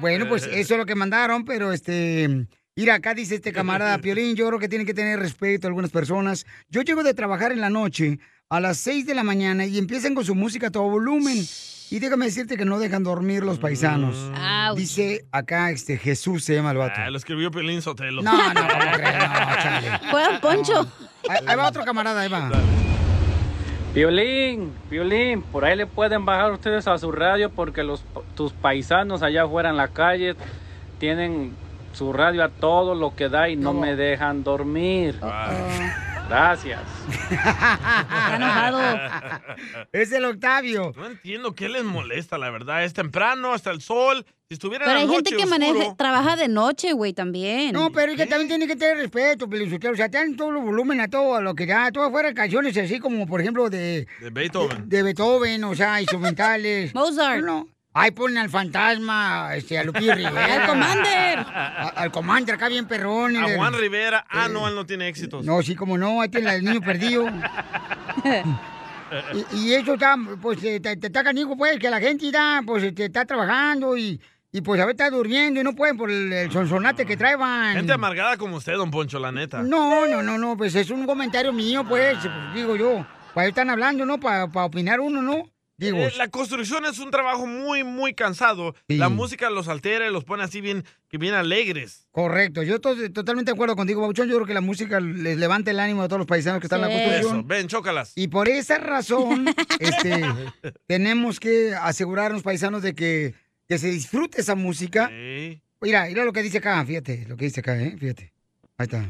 Speaker 2: Bueno, pues
Speaker 3: Eh.
Speaker 2: eso es lo que mandaron, pero este. Mira, acá dice este camarada Piolín, yo creo que tienen que tener respeto a algunas personas. Yo llego de trabajar en la noche a las 6 de la mañana y empiezan con su música a todo volumen. Y déjame decirte que no dejan dormir los paisanos. Dice acá este Jesús se llama el vato.
Speaker 4: Ah, lo escribió Pelín Sotelo.
Speaker 2: No, no, ¿cómo crees? No, chale.
Speaker 3: Fue Poncho.
Speaker 2: Ahí, ahí va otro camarada, ahí va.
Speaker 31: Violín, violín, por ahí le pueden bajar ustedes a su radio porque los, tus paisanos allá afuera en la calle tienen su radio a todo lo que da y no, me dejan dormir. Gracias.
Speaker 2: Es el Octavio.
Speaker 4: No entiendo qué les molesta, la verdad. Es temprano, hasta el sol. Si estuviera
Speaker 3: Pero
Speaker 4: en la
Speaker 3: hay gente
Speaker 4: noche,
Speaker 3: que
Speaker 4: oscuro-
Speaker 3: maneja, trabaja de noche, güey, también.
Speaker 2: No, pero es que también tiene que tener respeto, Pelinchotero. O sea, te dan todo el volumen a todo, a lo que da, todo fuera de canciones así como, por ejemplo, de,
Speaker 4: De Beethoven.
Speaker 2: de Beethoven, o sea, instrumentales. Mozart. No, Ahí ponen al fantasma, este, a Lupillo Rivera.
Speaker 4: Al Commander.
Speaker 2: A- al Commander, acá bien perrón. Eh,
Speaker 4: A
Speaker 2: el-
Speaker 4: Juan Rivera. Ah, no, él no tiene éxitos. Eh,
Speaker 2: No, sí, como no, ahí tiene la del niño perdido. Y, y eso está, pues, eh, te, te está canijo, pues, que la gente está, pues, este, está trabajando y, y, pues, a veces está durmiendo y no pueden por el, el sonsonate que traen.
Speaker 4: Gente amargada como usted, don Poncho, la neta.
Speaker 2: No, no, no, no, pues es un comentario mío, pues, pues, digo yo. Para eso están hablando, ¿no? Para opinar uno, ¿no? Digo,
Speaker 4: Eh, la construcción es un trabajo muy, muy cansado. La música los altera y los pone así bien, que bien alegres.
Speaker 2: correcto. Yo to- totalmente de acuerdo contigo, Bauchón. Yo creo que la música les levanta el ánimo a todos los paisanos que están en la
Speaker 4: Eso,
Speaker 2: construcción.
Speaker 4: ven, chócalas.
Speaker 2: Y por esa razón, este, tenemos que asegurarnos, paisanos, de que, que se disfrute esa música. Mira, mira lo que dice acá, fíjate, lo que dice acá, ¿eh? fíjate. Ahí está.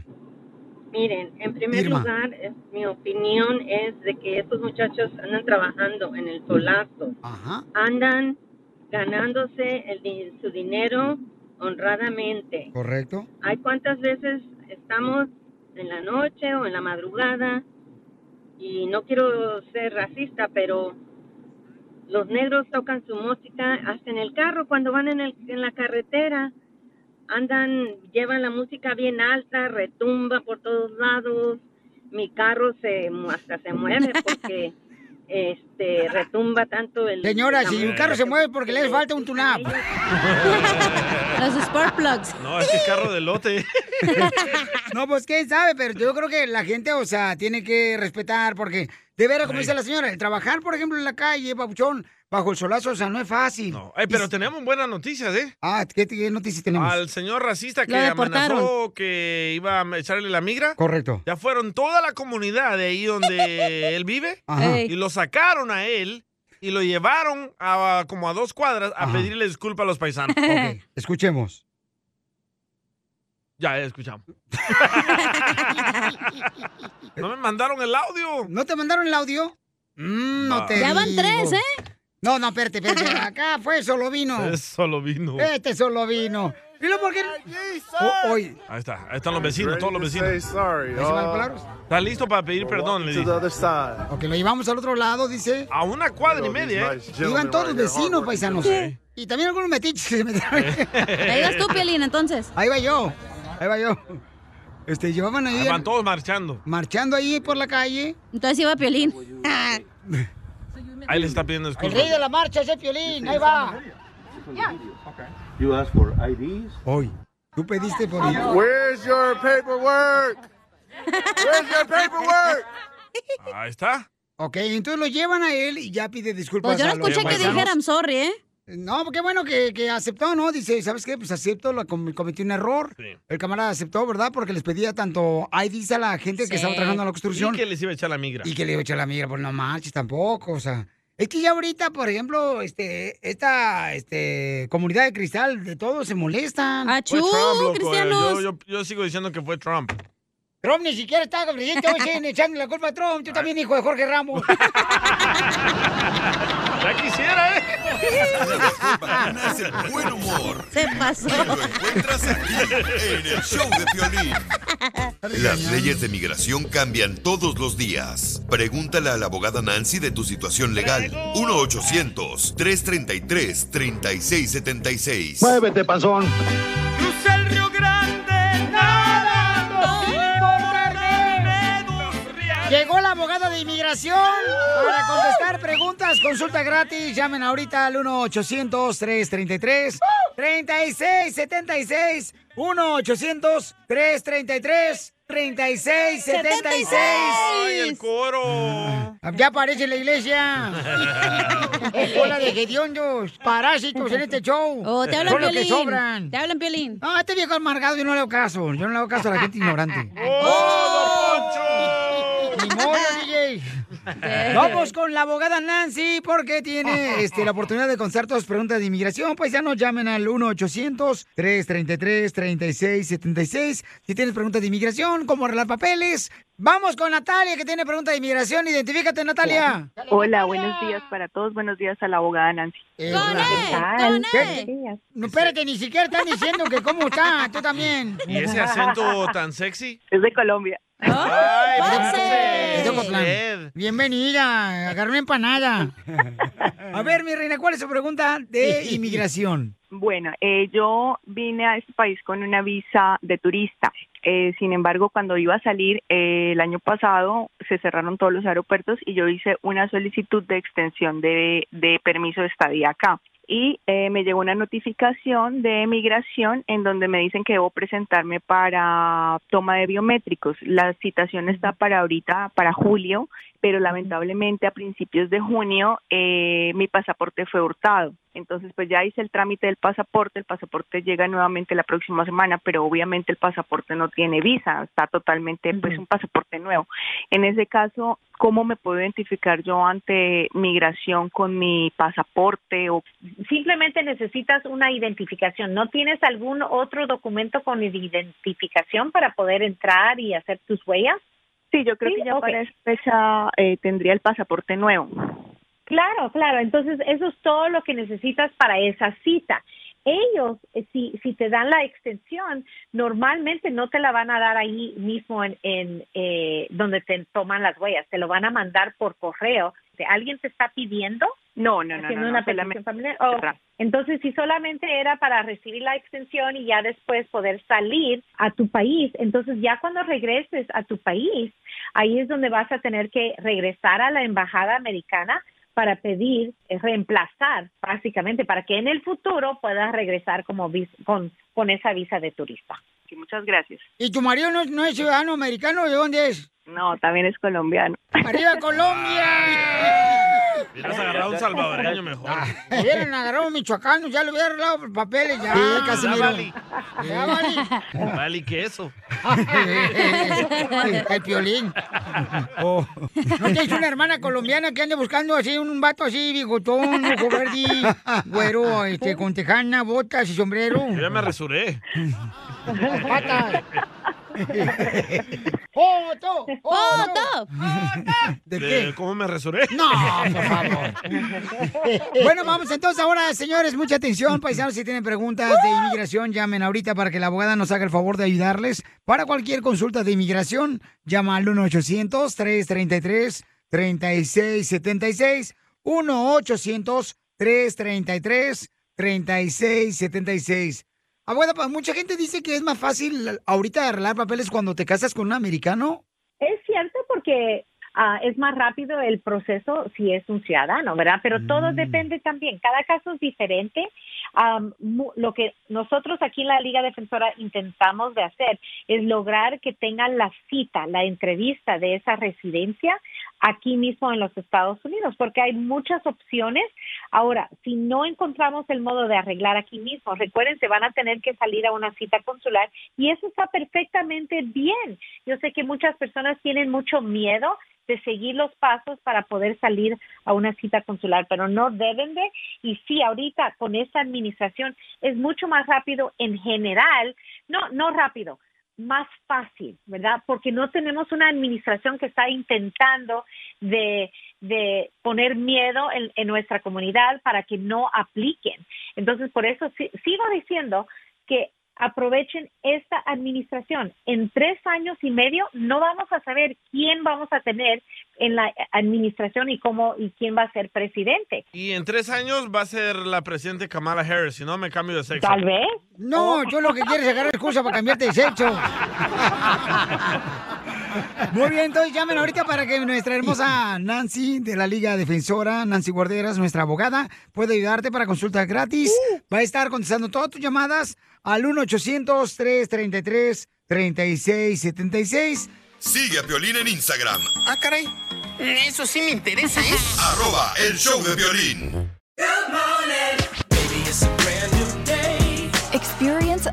Speaker 32: Miren, en primer
Speaker 2: Irma.
Speaker 32: lugar, es- mi opinión es de que estos muchachos andan trabajando en el solazo. Andan ganándose el di- su dinero honradamente.
Speaker 2: ¿Correcto?
Speaker 32: Hay cuántas veces estamos en la noche o en la madrugada y no quiero ser racista, pero los negros tocan su música hasta en el carro cuando van en, el, en la carretera. Andan, llevan la música bien alta, retumba por todos lados. Mi carro se mu- hasta se mueve porque este retumba tanto el
Speaker 2: Señora,
Speaker 32: la
Speaker 2: si un
Speaker 32: música
Speaker 2: carro se
Speaker 32: que-
Speaker 2: mueve porque le hace falta un tune-up.
Speaker 3: Los spark plugs.
Speaker 4: No, es que es carro de lote.
Speaker 2: No, pues quién sabe, pero yo creo que la gente, o sea, tiene que respetar, porque de veras, como dice la señora, el trabajar, por ejemplo, en la calle, babuchón, bajo el solazo, o sea, no es fácil.
Speaker 4: Ay, pero tenemos buenas noticias, ¿eh?
Speaker 2: Ah, ¿qué, qué noticias tenemos?
Speaker 4: Al señor racista que
Speaker 2: Lo deportaron.
Speaker 4: amenazó que iba a echarle la migra.
Speaker 2: Correcto.
Speaker 4: Ya fueron toda la comunidad de ahí donde él vive
Speaker 2: Ajá.
Speaker 4: y lo sacaron a él y lo llevaron a, como a dos cuadras a pedirle disculpa a los paisanos.
Speaker 2: Escuchemos.
Speaker 4: Ya, ya escuchamos. no me mandaron el audio.
Speaker 2: ¿No te mandaron el audio? Mm, no te
Speaker 4: Ya van
Speaker 2: digo.
Speaker 4: tres,
Speaker 2: No, no, espérate, espérate. Acá fue solo vino.
Speaker 4: Eso lo vino.
Speaker 2: Este solo vino. ¿Y lo por qué? Oh, O- oye,
Speaker 4: Ahí está, ahí están los vecinos, todos los vecinos.
Speaker 2: ¿Ahí se van los palabras?
Speaker 4: Está listo para pedir perdón, le dice.
Speaker 2: Ok, lo llevamos al otro lado, dice.
Speaker 4: A una cuadra y media, ¿eh?
Speaker 2: Iban todos los vecinos, paisanos.
Speaker 4: Sí.
Speaker 2: Y también algunos metiches que se metieron.
Speaker 3: Ahí vas tú, Piolín, entonces.
Speaker 2: Ahí va yo. Ahí va yo. Este, llevaban ahí.
Speaker 4: Ahí van todos marchando.
Speaker 2: Marchando ahí por la calle.
Speaker 3: Entonces iba Piolín.
Speaker 4: Ahí le está pidiendo
Speaker 2: El
Speaker 4: disculpas.
Speaker 2: rey de la marcha es el Piolín. Ahí va.
Speaker 33: You ask for Ah, IDs?
Speaker 2: Hoy. Tú pediste por
Speaker 33: Where's your paperwork? Where's your paperwork?
Speaker 4: Ahí está.
Speaker 2: Ok, entonces lo llevan a él y ya pide disculpas.
Speaker 3: Pues yo no
Speaker 2: a los
Speaker 3: escuché que
Speaker 2: paisanos.
Speaker 3: dijera, I'm sorry, ¿eh?
Speaker 2: No, qué bueno que, que aceptó, ¿no? Dice, ¿sabes qué? Pues acepto, la com- cometí un error. El camarada aceptó, ¿verdad? Porque les pedía tanto IDs a la gente que estaba trabajando en la construcción.
Speaker 4: Y que les iba a echar la migra.
Speaker 2: Y que le iba a echar la migra, pues no marches tampoco, o sea. Es que ya ahorita, por ejemplo, este, esta este, comunidad de cristal, de todos se molestan.
Speaker 3: Ah,
Speaker 4: Fue Trump, loco, eh. Yo, yo- yo sigo diciendo que fue Trump.
Speaker 2: Trump ni siquiera está presidente, hoy siguen echando la culpa a Trump.
Speaker 4: Ah.
Speaker 2: Tú también, hijo de Jorge Ramos.
Speaker 4: Ya quisiera, ¿eh?
Speaker 5: Es el buen humor.
Speaker 3: Se pasó.
Speaker 5: Encuentras aquí en el show de Piolín. Las leyes de migración cambian todos los días. Pregúntale a la abogada Nancy de tu situación legal. 1-800-333-3676.
Speaker 7: Muévete, panzón.
Speaker 12: Cruza el Río Grande nadando sin
Speaker 2: Llegó la abogada de inmigración para contestar preguntas. Consulta gratis. Llamen ahorita al 1-800-333-3676. 1-800-333-3676.
Speaker 4: ¡Ay, el coro!
Speaker 2: Ah, Ya aparece en la iglesia. Hola de hediondos, parásitos en este show.
Speaker 3: Oh, te hablan,
Speaker 2: Son los que
Speaker 3: Piolín.
Speaker 2: sobran.
Speaker 3: Te hablan, Piolín.
Speaker 2: Ah, este viejo amargado yo no le hago caso. Yo no le hago caso a la gente
Speaker 3: Ah,
Speaker 2: ignorante. Ni modo, DJ. Vamos con la abogada Nancy porque tiene este, la oportunidad de contestar todas las preguntas de inmigración. Pues ya nos llamen al 1-800-333-3676. Si tienes preguntas de inmigración, cómo arreglar papeles. Vamos con Natalia que tiene preguntas de inmigración. Identifícate, Natalia.
Speaker 19: Hola, buenos días para todos. Buenos días a la abogada Nancy.
Speaker 2: Eh,
Speaker 19: ¿Qué tal?
Speaker 2: ¿Qué? No, espérate, ni siquiera están diciendo que cómo está. Tú también.
Speaker 4: ¿Y ese acento tan sexy?
Speaker 19: Es de Colombia.
Speaker 4: ¡Ay,
Speaker 2: pues, Es de
Speaker 4: Marce!
Speaker 2: Ocotlán.
Speaker 4: Usted.
Speaker 2: Bienvenida, agarré una empanada. A ver, mi reina, ¿cuál es su pregunta de inmigración?
Speaker 19: Bueno, eh, yo vine a este país con una visa de turista. Eh, sin embargo, cuando iba a salir eh, el año pasado, se cerraron todos los aeropuertos y yo hice una solicitud de extensión de, de permiso de estadía acá. Y eh, me llegó una notificación de migración en donde me dicen que debo presentarme para toma de biométricos. La citación está para ahorita, para julio, pero lamentablemente a principios de junio eh, mi pasaporte fue hurtado. Entonces, pues ya hice el trámite del pasaporte, el pasaporte llega nuevamente la próxima semana, pero obviamente el pasaporte no tiene visa, está totalmente, pues, un pasaporte nuevo. En ese caso, ¿cómo me puedo identificar yo ante migración con mi pasaporte? O...
Speaker 15: Simplemente necesitas una identificación. ¿No tienes algún otro documento con identificación para poder entrar y hacer tus huellas?
Speaker 19: Sí, yo creo
Speaker 15: Sí,
Speaker 19: que ya
Speaker 15: ok.
Speaker 19: para esa fecha eh, tendría el pasaporte nuevo.
Speaker 15: Claro, claro. Entonces, eso es todo lo que necesitas para esa cita. Ellos, eh, si, si te dan la extensión, normalmente no te la van a dar ahí mismo en, en, eh, donde te toman las huellas, te lo van a mandar por correo. ¿Alguien te está pidiendo?
Speaker 19: No, no, no,
Speaker 15: Haciendo
Speaker 19: no, no,
Speaker 15: una
Speaker 19: solamente-
Speaker 15: petición familiar. Oh,
Speaker 19: Ajá.
Speaker 15: entonces, si solamente era para recibir la extensión y ya después poder salir a tu país, entonces ya cuando regreses a tu país, ahí es donde vas a tener que regresar a la embajada americana para pedir eh, reemplazar, básicamente, para que en el futuro puedas regresar como vis- con, con esa visa de turista.
Speaker 19: muchas gracias.
Speaker 2: ¿Y tu marido no, no es ciudadano americano? ¿De dónde es?
Speaker 19: No, también es colombiano.
Speaker 2: ¡Arriba Colombia!
Speaker 4: Hubieras agarrado un salvadoreño mejor.
Speaker 2: Me Hubieran agarrado michoacanos, ya le hubiera arreglado papeles. Ya,
Speaker 4: Ah,
Speaker 2: Casimiro.
Speaker 4: ya valí.
Speaker 2: Ya valí.
Speaker 4: Vale, que eso.
Speaker 2: El piolín.
Speaker 4: Oh.
Speaker 2: ¿No tienes una hermana colombiana que ande buscando así un vato así, bigotón, ojo verde, güero, este, con tejana, botas y sombrero?
Speaker 4: Yo ya me resuré.
Speaker 2: Patas. ¡Foto! ¡Foto!
Speaker 4: ¿De qué? ¿Cómo me resuré?
Speaker 2: No, por favor. Bueno, vamos entonces ahora, señores, mucha atención, paisanos, si tienen preguntas de inmigración, llamen ahorita para que la abogada nos haga el favor de ayudarles. Para cualquier consulta de inmigración, llama al 1-800-333-3676, 1-800-333-3676. Abogada, pues, mucha gente dice que es más fácil ahorita arreglar papeles cuando te casas con un americano.
Speaker 15: Es cierto porque ah, es más rápido el proceso si es un ciudadano, ¿verdad? Pero todo
Speaker 2: Mm.
Speaker 15: depende también, cada caso es diferente. Am, mu- lo que nosotros aquí en la Liga Defensora intentamos de hacer es lograr que tengan la cita, la entrevista de esa residencia aquí mismo en los Estados Unidos, porque hay muchas opciones. Ahora, si no encontramos el modo de arreglar aquí mismo, recuerden, se van a tener que salir a una cita consular y eso está perfectamente bien. Yo sé que muchas personas tienen mucho miedo de seguir los pasos para poder salir a una cita consular, pero no deben de. Y sí, ahorita con esta administración es mucho más rápido en general, no, no rápido, más fácil, ¿verdad? Porque no tenemos una administración que está intentando de, de poner miedo en, en nuestra comunidad para que no apliquen. Entonces, por eso sí- sigo diciendo que aprovechen esta administración. En tres años y medio no vamos a saber quién vamos a tener en la administración y cómo y quién va a ser presidente.
Speaker 4: Y en tres años va a ser la presidente Kamala Harris, si no me cambio de sexo.
Speaker 15: Tal vez.
Speaker 2: No, yo lo que quiero es agarrar excusa para cambiarte de sexo. Muy bien, entonces llamen ahorita para que nuestra hermosa Nancy de la Liga Defensora, Nancy Guarderas, nuestra abogada, pueda ayudarte para consulta gratis.
Speaker 15: Uh.
Speaker 2: Va a estar contestando todas tus llamadas al 1-800-333-3676.
Speaker 5: Sigue a Piolín en Instagram,
Speaker 2: Ah, caray.
Speaker 12: Eso sí me interesa, ¿eh?
Speaker 5: arroba el show de violín.
Speaker 16: Experience